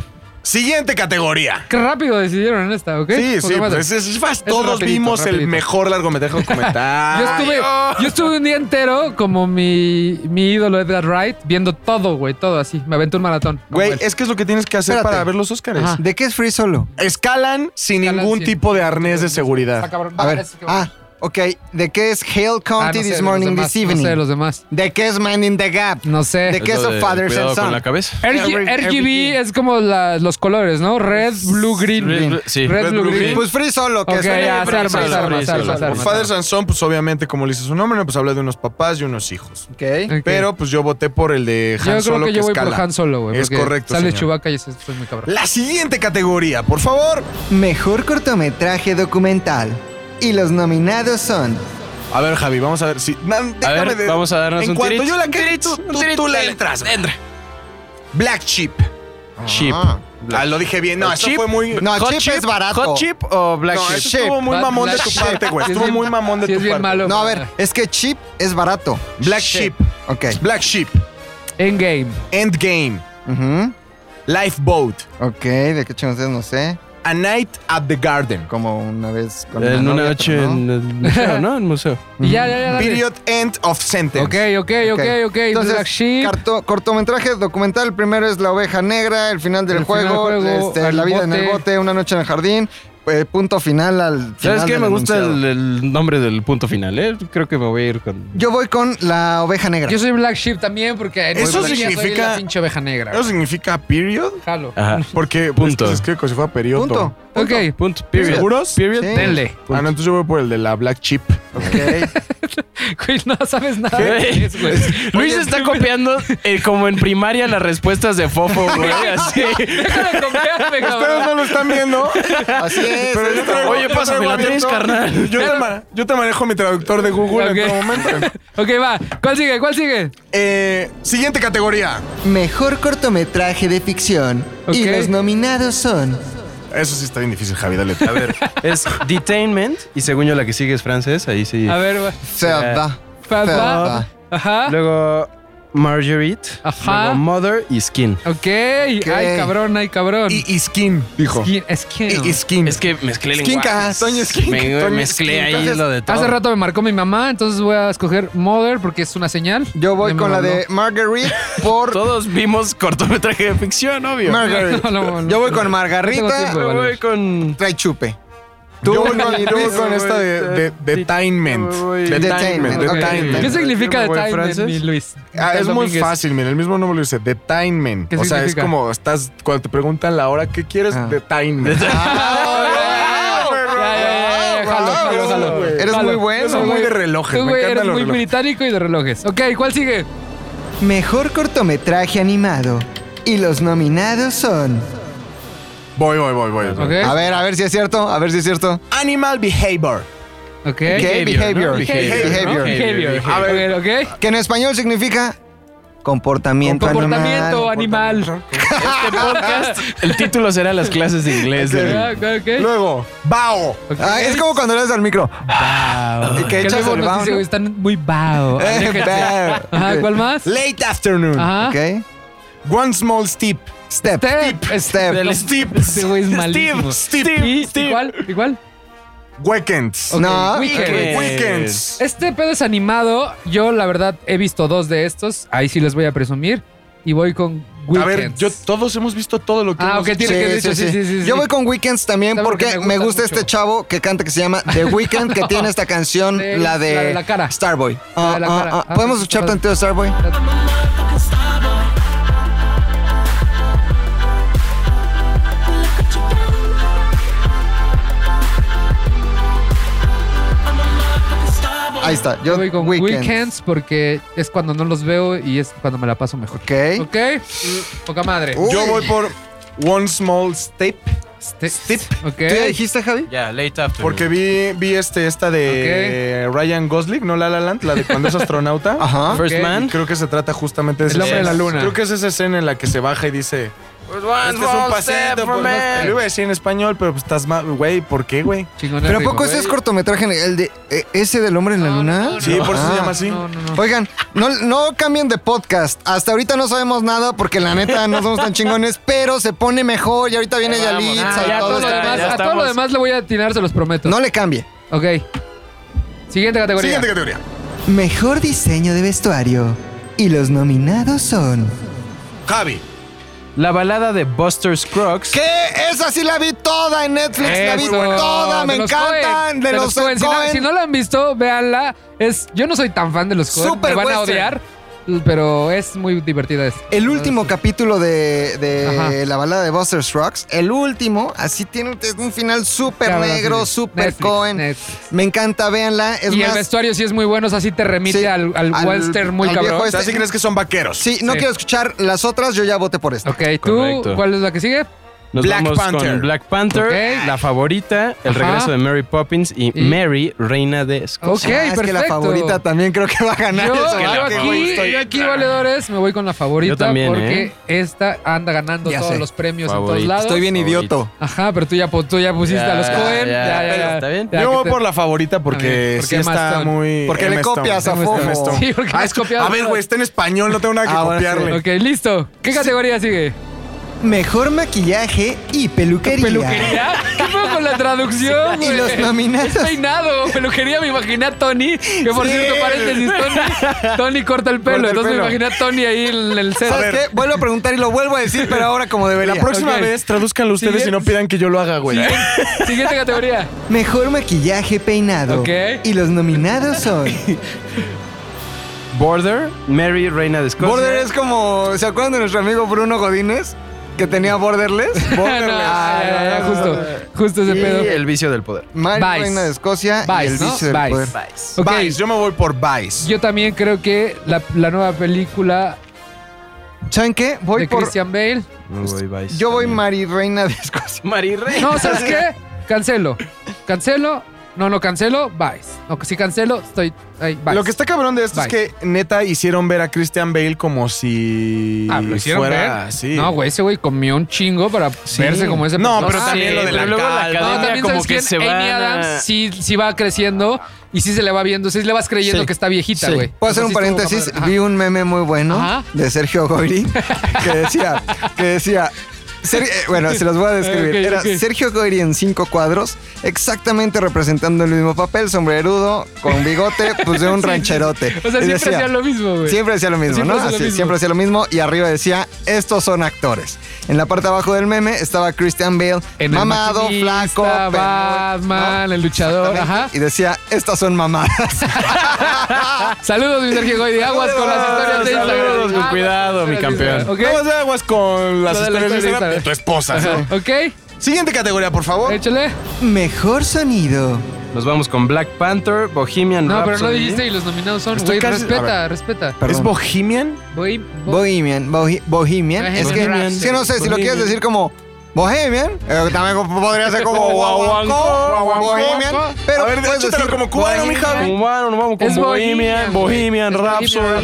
Speaker 1: Siguiente categoría.
Speaker 2: Qué rápido decidieron en esta, ¿ok?
Speaker 1: Sí,
Speaker 2: Porque
Speaker 1: sí,
Speaker 2: más-
Speaker 1: pues es, es fast.
Speaker 2: Es
Speaker 1: Todos
Speaker 2: rapidito,
Speaker 1: vimos el
Speaker 2: rapidito.
Speaker 1: mejor largometraje documental.
Speaker 2: Yo estuve,
Speaker 1: oh!
Speaker 2: yo estuve un día entero como mi, mi ídolo Edgar Wright, viendo todo, güey, todo así. Me aventé un maratón. como
Speaker 1: Güey,
Speaker 2: él.
Speaker 1: es que es lo que tienes que hacer
Speaker 3: Espérate.
Speaker 1: para ver los Óscares.
Speaker 2: Ajá.
Speaker 3: ¿De qué es Free Solo?
Speaker 1: Escalan sin
Speaker 2: Escalan
Speaker 1: ningún
Speaker 2: sin-
Speaker 1: tipo de arnés de seguridad.
Speaker 2: Está cabrón.
Speaker 3: A ver.
Speaker 2: es que-
Speaker 3: Ah, ok. ¿De qué es Hail
Speaker 2: Ah,
Speaker 3: County
Speaker 2: no sé de
Speaker 3: This
Speaker 2: los
Speaker 3: Morning,
Speaker 2: demás,
Speaker 3: This Evening?
Speaker 2: No sé de los demás.
Speaker 3: ¿De qué es Minding the Gap?
Speaker 2: No sé.
Speaker 3: ¿De qué es
Speaker 4: lo
Speaker 3: of Fathers
Speaker 4: cuidado
Speaker 3: and
Speaker 4: con la
Speaker 3: Sons?
Speaker 4: cabeza.
Speaker 2: RG-
Speaker 3: RG-
Speaker 2: RGB es como la- los colores, ¿no? Red, blue, green.
Speaker 4: Red, sí.
Speaker 2: Red, blue,
Speaker 1: blue,
Speaker 2: green.
Speaker 1: green.
Speaker 3: Pues Free Solo, que
Speaker 2: Ok,
Speaker 3: suena
Speaker 2: ya,
Speaker 3: Free
Speaker 2: se arma,
Speaker 4: Solo,
Speaker 2: se arma, se arma, se
Speaker 1: Por
Speaker 2: arma.
Speaker 1: Father Sansón, pues obviamente, como le dice su nombre, pues habla de unos papás y unos hijos.
Speaker 3: Solo. Ok.
Speaker 2: Ok.
Speaker 1: Pero pues yo voté por el de Han
Speaker 2: yo creo
Speaker 1: Solo
Speaker 2: que yo voy
Speaker 1: escala.
Speaker 2: por Han Solo, güey.
Speaker 1: Es
Speaker 2: porque
Speaker 1: correcto,
Speaker 2: Sale
Speaker 1: señor.
Speaker 2: Chubaca y eso es muy cabrón.
Speaker 1: La siguiente categoría, por favor.
Speaker 3: Mejor cortometraje documental. Y los nominados son.
Speaker 1: A ver, Javi, vamos a ver si. Man,
Speaker 4: A
Speaker 1: déjame
Speaker 4: ver,
Speaker 1: de-
Speaker 4: vamos a darnos
Speaker 1: en
Speaker 4: un
Speaker 1: cuanto
Speaker 4: tirito.
Speaker 1: yo la cague, tú, tú- tú le entras.
Speaker 4: Entra.
Speaker 1: Black Sheep.
Speaker 4: Chip.
Speaker 3: Ah.
Speaker 1: Ah, lo dije bien. No,
Speaker 4: Black
Speaker 1: eso
Speaker 4: Sheep.
Speaker 1: fue muy.
Speaker 3: No, chip, es barato.
Speaker 4: ¿Hot chip o black
Speaker 1: No,
Speaker 4: chip?
Speaker 1: eso estuvo muy
Speaker 2: Black-
Speaker 1: mamón de
Speaker 2: Black
Speaker 1: tu
Speaker 2: Sheep.
Speaker 1: parte, güey.
Speaker 2: Sí, es
Speaker 1: Estuvo
Speaker 2: bien-
Speaker 1: muy mamón de
Speaker 2: sí,
Speaker 1: tu
Speaker 2: es bien
Speaker 1: parte.
Speaker 2: malo.
Speaker 3: No, a ver, es que chip es barato.
Speaker 1: Black Sheep.
Speaker 3: Ok.
Speaker 1: Black Sheep.
Speaker 2: Endgame.
Speaker 1: Endgame.
Speaker 3: Ujú.
Speaker 1: Lifeboat.
Speaker 3: Ok, ¿de qué chingados es? No sé.
Speaker 1: A Night at the Garden.
Speaker 3: Como una vez con
Speaker 4: En
Speaker 3: una
Speaker 4: una
Speaker 3: novia,
Speaker 4: noche
Speaker 3: pero no.
Speaker 4: en el museo, ¿no? En el museo.
Speaker 2: Y ya, ya, ya. dale.
Speaker 1: Period end of sentence.
Speaker 2: Ok, ok, ok, ok.
Speaker 3: Entonces,
Speaker 2: Black Sheep.
Speaker 3: carto- cortometraje documental. El primero es La Oveja Negra, el final del
Speaker 2: El final
Speaker 3: juego,
Speaker 2: del juego,
Speaker 3: este,
Speaker 2: el
Speaker 3: La vida en el
Speaker 2: bote.
Speaker 3: bote, Una noche en el jardín. eh, punto final al final.
Speaker 4: ¿Sabes qué?
Speaker 3: del
Speaker 4: Me gusta
Speaker 3: enunciado.
Speaker 4: el, el nombre del punto final, ¿eh? Creo que me voy a ir con...
Speaker 3: Yo voy con La Oveja Negra.
Speaker 2: Yo soy Black Sheep también porque en
Speaker 1: Eso
Speaker 2: Black Sheep soy
Speaker 1: significa-
Speaker 2: la pinche oveja negra.
Speaker 1: ¿Eso significa period?
Speaker 2: Jalo.
Speaker 4: Ajá.
Speaker 1: Porque
Speaker 4: Punto.
Speaker 1: punto. Es que se fue a periodo.
Speaker 3: Punto.
Speaker 2: Ok, pues,
Speaker 4: Punto. Period.
Speaker 1: ¿Seguros?
Speaker 4: Period.
Speaker 3: Sí.
Speaker 2: denle.
Speaker 1: Ah, no, entonces yo voy por el de la Black Chip.
Speaker 3: Ok.
Speaker 2: Güey, no sabes nada.
Speaker 4: ¿Qué?
Speaker 2: de eso, güey.
Speaker 4: Luis está copiando eh, como en primaria las respuestas de Fofo, güey. Así.
Speaker 2: Deja de copiarme,
Speaker 1: Ustedes
Speaker 2: cabrón.
Speaker 1: no lo están viendo.
Speaker 3: Así es.
Speaker 1: Pero yo traigo-
Speaker 4: Oye,
Speaker 1: yo
Speaker 4: pásame
Speaker 1: traigo
Speaker 4: la tres,
Speaker 1: abierto-
Speaker 4: carnal.
Speaker 1: Yo te, ma- yo te manejo mi traductor de Google en
Speaker 2: Ok.
Speaker 1: todo momento.
Speaker 2: Ok, va. ¿Cuál sigue? ¿Cuál sigue?
Speaker 1: Eh, siguiente categoría.
Speaker 3: Mejor cortometraje de ficción.
Speaker 2: Y Ok. los
Speaker 3: nominados son.
Speaker 1: Eso sí está bien difícil, Javi, dale. A ver.
Speaker 4: Es detainment. Y según yo la que sigue es francés. Ahí sí.
Speaker 2: A ver, va.
Speaker 3: Fada.
Speaker 2: Fada. Ajá.
Speaker 4: Luego Marguerite.
Speaker 2: Ajá.
Speaker 4: Luego Mother y Skin.
Speaker 2: Ok. Ay, cabrón, ay, cabrón.
Speaker 1: Y, y Skin, dijo.
Speaker 2: Skin- es que.
Speaker 1: Y, y Skin.
Speaker 4: Es que mezclé
Speaker 3: Skinca,
Speaker 4: lenguajes.
Speaker 3: Toño Skinca,
Speaker 4: Me-
Speaker 3: Toño
Speaker 4: mezclé
Speaker 3: Skinca.
Speaker 4: ahí
Speaker 3: Entonces,
Speaker 4: lo de todo.
Speaker 2: Hace rato me marcó mi mamá, entonces voy a escoger Mother porque es una señal.
Speaker 3: Yo voy
Speaker 2: Ya me
Speaker 3: con la de
Speaker 2: mandó.
Speaker 3: Marguerite por
Speaker 4: Todos vimos cortometraje de ficción, obvio.
Speaker 3: Marguerite.
Speaker 2: No, no, no.
Speaker 3: Yo voy con
Speaker 2: No tengo
Speaker 3: Margarita.
Speaker 2: tiempo.
Speaker 4: Yo voy con...
Speaker 3: Trae chupe.
Speaker 1: yo voy con,
Speaker 3: Luis,
Speaker 1: yo voy con esta de, de, de Detainment.
Speaker 4: Voy-
Speaker 1: Detainment.
Speaker 3: Detainment, ok.
Speaker 1: Detainment.
Speaker 2: ¿Qué significa
Speaker 4: Yo me voy
Speaker 2: Time,
Speaker 4: francés.
Speaker 2: mi Luis?
Speaker 1: Ah, es muy
Speaker 2: Tal Domínguez.
Speaker 1: fácil, mira, el mismo nombre lo dice, detainment.
Speaker 2: ¿Qué
Speaker 1: o sea,
Speaker 2: significa?
Speaker 1: es como estás, cuando te preguntan la hora, ¿qué quieres?
Speaker 3: Ah.
Speaker 1: Detainment.
Speaker 2: Ah,
Speaker 1: Ah,
Speaker 2: ya, ya, ya, ya, jalo,
Speaker 1: bravo,
Speaker 2: jalo, jalo.
Speaker 1: Oh, güey.
Speaker 3: Eres
Speaker 2: Jalo.
Speaker 3: muy bueno.
Speaker 1: Eso es muy de relojes,
Speaker 2: Tú,
Speaker 1: me
Speaker 2: güey,
Speaker 1: encantan
Speaker 2: eres
Speaker 1: los
Speaker 2: muy
Speaker 1: relojes.
Speaker 2: británico y de relojes. Ok, ¿cuál sigue?
Speaker 3: Mejor cortometraje animado. Y los nominados son.
Speaker 1: Voy, voy, voy, voy.
Speaker 2: Ok.
Speaker 3: A ver, a ver si es cierto. A ver si es cierto.
Speaker 1: Animal behavior.
Speaker 2: Ok.
Speaker 3: ¿Qué? Behavior,
Speaker 4: ¿no?
Speaker 3: behavior,
Speaker 2: ¿no?
Speaker 3: behavior.
Speaker 2: Behavior.
Speaker 1: A ver.
Speaker 2: ok. ok.
Speaker 3: Que en español significa. Comportamiento,
Speaker 2: Comportamiento
Speaker 3: animal.
Speaker 2: animal.
Speaker 4: Este podcast, el título será las clases de inglés. del-
Speaker 2: Ah, ok, ok.
Speaker 1: Luego, bao.
Speaker 2: Ok.
Speaker 3: Ah, es como cuando le das al micro. Y
Speaker 2: Que
Speaker 3: que echas
Speaker 2: luego
Speaker 3: el
Speaker 2: nos
Speaker 3: bao,
Speaker 2: dice,
Speaker 3: ¿no?
Speaker 2: güey, Están muy bao.
Speaker 3: Eh, bao.
Speaker 2: Ajá, ¿cuál más?
Speaker 1: Late afternoon.
Speaker 2: Ajá.
Speaker 3: Ok.
Speaker 1: One small step.
Speaker 3: Step.
Speaker 2: Step.
Speaker 3: Step.
Speaker 2: Step.
Speaker 4: del-
Speaker 1: Step.
Speaker 2: Este güey es malísimo.
Speaker 1: Step.
Speaker 2: ¿Y
Speaker 1: Step.
Speaker 2: igual? ¿Igual?
Speaker 1: Weekends.
Speaker 2: Ok,
Speaker 3: No.
Speaker 2: Wicked.
Speaker 1: Weekends.
Speaker 2: Este pedo es animado. Yo, la verdad, he visto dos de estos. Ahí sí les voy a presumir. Y voy con Weekends.
Speaker 1: A ver, yo, todos hemos visto todo lo que
Speaker 2: Ah,
Speaker 1: hemos
Speaker 2: ok, tiene que decir. Sí, sí, sí. sí,
Speaker 3: Yo
Speaker 2: sí.
Speaker 3: voy con Weekends también
Speaker 2: Sabe
Speaker 3: porque me gusta
Speaker 2: mucho.
Speaker 3: este chavo que canta que se llama The Weeknd, que tiene esta canción,
Speaker 2: Sí,
Speaker 3: la de
Speaker 2: la de la cara.
Speaker 3: Starboy.
Speaker 2: La de la
Speaker 3: Ah,
Speaker 2: cara.
Speaker 3: ah, ah.
Speaker 2: Ah,
Speaker 3: ¿Podemos
Speaker 2: sí,
Speaker 3: escuchar
Speaker 2: perdón.
Speaker 3: tantito de Starboy? Ahí está, yo,
Speaker 2: Yo voy con
Speaker 3: Weeknd.
Speaker 2: weekends. porque es cuando no los veo y es cuando me la paso mejor.
Speaker 3: Ok.
Speaker 2: ¿Ok? Mm, Oh, Poca madre.
Speaker 3: Uh,
Speaker 1: Yo
Speaker 3: Uy.
Speaker 1: voy por One Small Step
Speaker 2: Este-
Speaker 1: Step.
Speaker 2: ¿Ok?
Speaker 3: ¿Tú ya dijiste, Javi?
Speaker 4: Yeah, late after.
Speaker 1: porque vi, vi este, esta de Ryan Gosling, no La La Land, la de cuando es astronauta.
Speaker 3: Ajá.
Speaker 4: First
Speaker 2: Ok.
Speaker 1: Y
Speaker 4: man.
Speaker 1: Creo que se trata justamente de
Speaker 2: El
Speaker 1: esa
Speaker 2: hombre de la
Speaker 1: escena.
Speaker 2: luna.
Speaker 1: Creo que es esa escena en la que se baja y dice:
Speaker 3: Pues
Speaker 1: Este es un pasito por más- Lo iba a decir en español, pero pues estás mal. Güey, ¿por qué, güey?
Speaker 2: Chingón,
Speaker 3: Pero ¿a
Speaker 2: rico,
Speaker 3: poco ese
Speaker 2: güey.
Speaker 3: es cortometraje, el de eh, ese del hombre en la
Speaker 2: No,
Speaker 3: luna.
Speaker 2: no, no,
Speaker 1: Sí, por eso
Speaker 3: Ah.
Speaker 1: se llama así.
Speaker 2: No, no, no.
Speaker 3: Oigan, no, no cambien de podcast. Hasta ahorita no sabemos nada porque la neta no somos tan chingones, pero se pone mejor y ahorita viene
Speaker 4: Ya vamos,
Speaker 3: Yalitza
Speaker 4: ah,
Speaker 3: y
Speaker 2: ya,
Speaker 3: todo
Speaker 2: todo lo
Speaker 3: este
Speaker 2: demás,
Speaker 4: ya
Speaker 2: a todo
Speaker 4: estamos.
Speaker 2: lo demás le voy a atinar, se los prometo.
Speaker 3: pedo. No le cambie.
Speaker 2: Ok. Siguiente categoría.
Speaker 1: Siguiente categoría.
Speaker 3: Mejor diseño de vestuario. Y los nominados son.
Speaker 1: Javi.
Speaker 4: La balada de Buster Scruggs.
Speaker 3: ¿Qué? Esa sí la vi toda en Netflix, la vi
Speaker 2: Eso,
Speaker 3: toda, me
Speaker 2: de los
Speaker 3: encantan.
Speaker 2: Coen,
Speaker 3: De los
Speaker 2: Coen. Si, no,
Speaker 3: Coen.
Speaker 2: si no la han visto, véanla. Es, yo no soy tan fan de los Coen,
Speaker 3: Super
Speaker 2: me van a
Speaker 3: western.
Speaker 2: odiar, pero es muy divertida. Es.
Speaker 3: El último capítulo de, de
Speaker 2: Ah, Ajá.
Speaker 3: la balada de Buster Rocks, el último, así tiene un, un final súper
Speaker 2: Cabrón,
Speaker 3: negro,
Speaker 2: sí.
Speaker 3: súper
Speaker 2: Netflix,
Speaker 3: Cohen.
Speaker 2: Netflix.
Speaker 3: Me encanta, véanla. Es
Speaker 2: y el
Speaker 3: más,
Speaker 2: vestuario sí es muy bueno, o sea, sí te remite
Speaker 3: Sí,
Speaker 2: al, al,
Speaker 3: al-
Speaker 2: western muy
Speaker 3: al
Speaker 2: cabrón.
Speaker 3: viejo
Speaker 1: O sea, ¿sí crees que son vaqueros?
Speaker 3: sí,
Speaker 2: Este-
Speaker 3: no
Speaker 2: Sí.
Speaker 3: quiero escuchar las otras, yo ya voté por esta.
Speaker 2: Ok, ¿tú
Speaker 4: Correcto.
Speaker 2: cuál es la que sigue?
Speaker 4: Nos
Speaker 1: Black
Speaker 4: vamos
Speaker 1: Panther.
Speaker 4: con Black Panther,
Speaker 2: Ok.
Speaker 4: la favorita, el
Speaker 2: Ajá.
Speaker 4: regreso de Mary Poppins y,
Speaker 2: Y-
Speaker 4: Mary, reina de
Speaker 2: Ok,
Speaker 4: Escocia.
Speaker 3: Ah, es
Speaker 2: perfecto.
Speaker 3: que la favorita también creo que va a ganar.
Speaker 2: Yo,
Speaker 3: eso,
Speaker 2: yo
Speaker 4: la
Speaker 3: ¿verdad?
Speaker 4: favorita.
Speaker 2: aquí, yo aquí, valedores, me voy con la favorita
Speaker 4: Yo también,
Speaker 2: porque
Speaker 4: ¿eh?
Speaker 2: esta anda ganando
Speaker 3: Ya
Speaker 2: todos
Speaker 3: sé.
Speaker 2: los premios en todos
Speaker 4: Favorita.
Speaker 2: lados.
Speaker 3: Estoy bien
Speaker 4: Favorito.
Speaker 3: idioto.
Speaker 2: Ajá, pero tú ya, po- tú ya pusiste
Speaker 4: Ya,
Speaker 2: a los Cohen.
Speaker 4: ya,
Speaker 2: Ya, ya,
Speaker 4: pero
Speaker 2: ya.
Speaker 4: está bien.
Speaker 2: Ya,
Speaker 1: Yo
Speaker 2: que
Speaker 1: voy
Speaker 2: te-
Speaker 1: por la favorita porque
Speaker 2: Está bien, porque
Speaker 1: sí
Speaker 2: Emma
Speaker 1: está
Speaker 2: Stone.
Speaker 1: muy.
Speaker 3: Porque le
Speaker 1: Emma
Speaker 3: copias
Speaker 1: Stone.
Speaker 3: a Fofo.
Speaker 1: Emma Stone.
Speaker 2: Sí, porque
Speaker 1: Ah,
Speaker 2: has
Speaker 1: es-
Speaker 2: copiado
Speaker 1: A ver,
Speaker 2: todo.
Speaker 1: güey, está en español, no tengo nada que
Speaker 3: Ahora sí.
Speaker 1: copiarle.
Speaker 2: Ok, listo. ¿Qué categoría sigue?
Speaker 3: Mejor maquillaje y peluquería.
Speaker 2: ¿Peluquería? ¿Qué fue con la traducción,
Speaker 3: Y
Speaker 2: güey?
Speaker 3: los nominados.
Speaker 2: Es peinado. Peluquería me imaginé a Tony. Que por
Speaker 1: Sí.
Speaker 2: cierto, paréntesis, Tony, Tony corta el pelo.
Speaker 1: Corta el pelo.
Speaker 2: entonces me imaginé a Tony ahí en el set.
Speaker 3: ¿Sabes qué? Vuelvo a preguntar y lo vuelvo a decir, pero ahora como debería.
Speaker 1: La próxima
Speaker 2: Ok.
Speaker 1: vez tradúzcanlo ustedes
Speaker 2: Siguiente.
Speaker 1: y no pidan que yo lo haga, güey.
Speaker 2: Siguiente categoría.
Speaker 3: Mejor maquillaje peinado.
Speaker 2: Ok.
Speaker 3: Y los nominados son.
Speaker 4: Border, Mary, reina de Escocia.
Speaker 3: Border es como. ¿Se acuerdan de nuestro amigo Bruno Godínez? Que tenía Borderless.
Speaker 2: No,
Speaker 3: Borderless.
Speaker 1: Ah,
Speaker 2: ya, Ah, ya, ya, justo. Justo ese
Speaker 4: y
Speaker 2: pedo.
Speaker 4: el vicio del poder.
Speaker 3: Mary,
Speaker 2: Vice.
Speaker 3: reina de Escocia.
Speaker 2: Vice,
Speaker 3: y el
Speaker 2: ¿no?
Speaker 3: vicio del
Speaker 2: Vice.
Speaker 3: poder.
Speaker 4: Vice.
Speaker 2: Ok,
Speaker 1: Vice, yo me voy por Vice.
Speaker 2: Yo también creo que la, la nueva película
Speaker 3: ¿Saben qué? Voy
Speaker 2: de
Speaker 3: por.
Speaker 2: Christian Bale.
Speaker 4: Me voy Vice.
Speaker 3: Yo voy
Speaker 4: también.
Speaker 3: Mari Reina de Escocia.
Speaker 4: Mary, reina.
Speaker 2: No, ¿sabes qué? Cancelo. Cancelo. No, no cancelo. Vice. No, que si cancelo, estoy. Ahí, Vice.
Speaker 1: Lo que está cabrón de esto es que neta hicieron ver a Christian Bale como si
Speaker 2: Ah, lo hicieron
Speaker 1: fuera
Speaker 2: ver.
Speaker 1: sí.
Speaker 2: No, güey, ese güey comió un chingo para verse como ese
Speaker 1: No,
Speaker 2: personaje.
Speaker 1: pero también lo de la
Speaker 4: pero luego la
Speaker 1: calva.
Speaker 2: No,
Speaker 4: academia
Speaker 2: también
Speaker 4: como
Speaker 2: sabes
Speaker 4: que
Speaker 2: que
Speaker 4: se
Speaker 2: Amy
Speaker 4: va
Speaker 2: Adams sí, sí va creciendo y sí se le va viendo, sí le vas creyendo
Speaker 3: Sí.
Speaker 2: que está viejita, güey.
Speaker 3: Puedo hacer un paréntesis. Vi un meme muy bueno
Speaker 2: Ajá.
Speaker 3: de Sergio Goyri que decía, que decía. Ser- eh, bueno, se los voy a describir.
Speaker 2: Ok,
Speaker 3: Era
Speaker 2: ok.
Speaker 3: Sergio Goyri en cinco cuadros, exactamente representando el mismo papel, sombrerudo, con bigote, pues de un rancherote.
Speaker 2: O sea,
Speaker 3: Y
Speaker 2: siempre
Speaker 3: decía,
Speaker 2: hacía lo mismo, güey.
Speaker 3: Siempre hacía lo mismo,
Speaker 2: Siempre
Speaker 3: ¿no?
Speaker 2: hacía lo
Speaker 3: Así,
Speaker 2: mismo.
Speaker 3: Siempre hacía lo mismo y arriba decía, estos son actores. En la parte de abajo del meme estaba Christian Bale,
Speaker 2: En el
Speaker 3: mamado,
Speaker 2: maquinista,
Speaker 3: flaco, peludo,
Speaker 2: Batman, el luchador,
Speaker 3: Exactamente.
Speaker 2: ajá.
Speaker 3: Y decía, estas son mamadas.
Speaker 2: Saludos, mi Sergio Goy de Aguas con las historias de Instagram. Ah,
Speaker 4: Saludos, con
Speaker 2: Aguas,
Speaker 4: cuidado, mi
Speaker 2: historias de
Speaker 4: campeón.
Speaker 2: Instagram,
Speaker 1: No más aguas con las
Speaker 2: Lo de la
Speaker 1: historias de
Speaker 2: historia
Speaker 1: Instagram
Speaker 2: de
Speaker 1: de tu esposa. ¿no?
Speaker 2: ¿Ok? ¿Ok?
Speaker 1: Siguiente categoría, por favor.
Speaker 2: Échale.
Speaker 3: Mejor sonido.
Speaker 4: Nos vamos con Black Panther, Bohemian
Speaker 2: No, pero
Speaker 4: Rhapsody.
Speaker 2: no dijiste y los nominados son.
Speaker 1: Estoy
Speaker 2: Güey,
Speaker 1: casi- a
Speaker 2: respeta, respeta.
Speaker 1: ¿Es
Speaker 3: Perdón.
Speaker 1: Bohemian?
Speaker 2: Voy. voy-
Speaker 3: Bohemian, bohi- Bohemian.
Speaker 2: Bohemian
Speaker 3: Es que,
Speaker 2: Rhapsody.
Speaker 3: es que no sé, si lo quieres
Speaker 4: Bohemian.
Speaker 3: decir como Bohemian, eh, también como- podría ser como Guaguancó,
Speaker 4: Guaguancó.
Speaker 3: Bohemian, pero
Speaker 1: a ver,
Speaker 3: puedes
Speaker 1: échatelo
Speaker 3: decir
Speaker 1: como cubano, mi Javi.
Speaker 4: Como humano, nos vamos con
Speaker 2: Es Bohemian,
Speaker 4: Bohemian, Bohemian,
Speaker 2: güey. Es Bohemian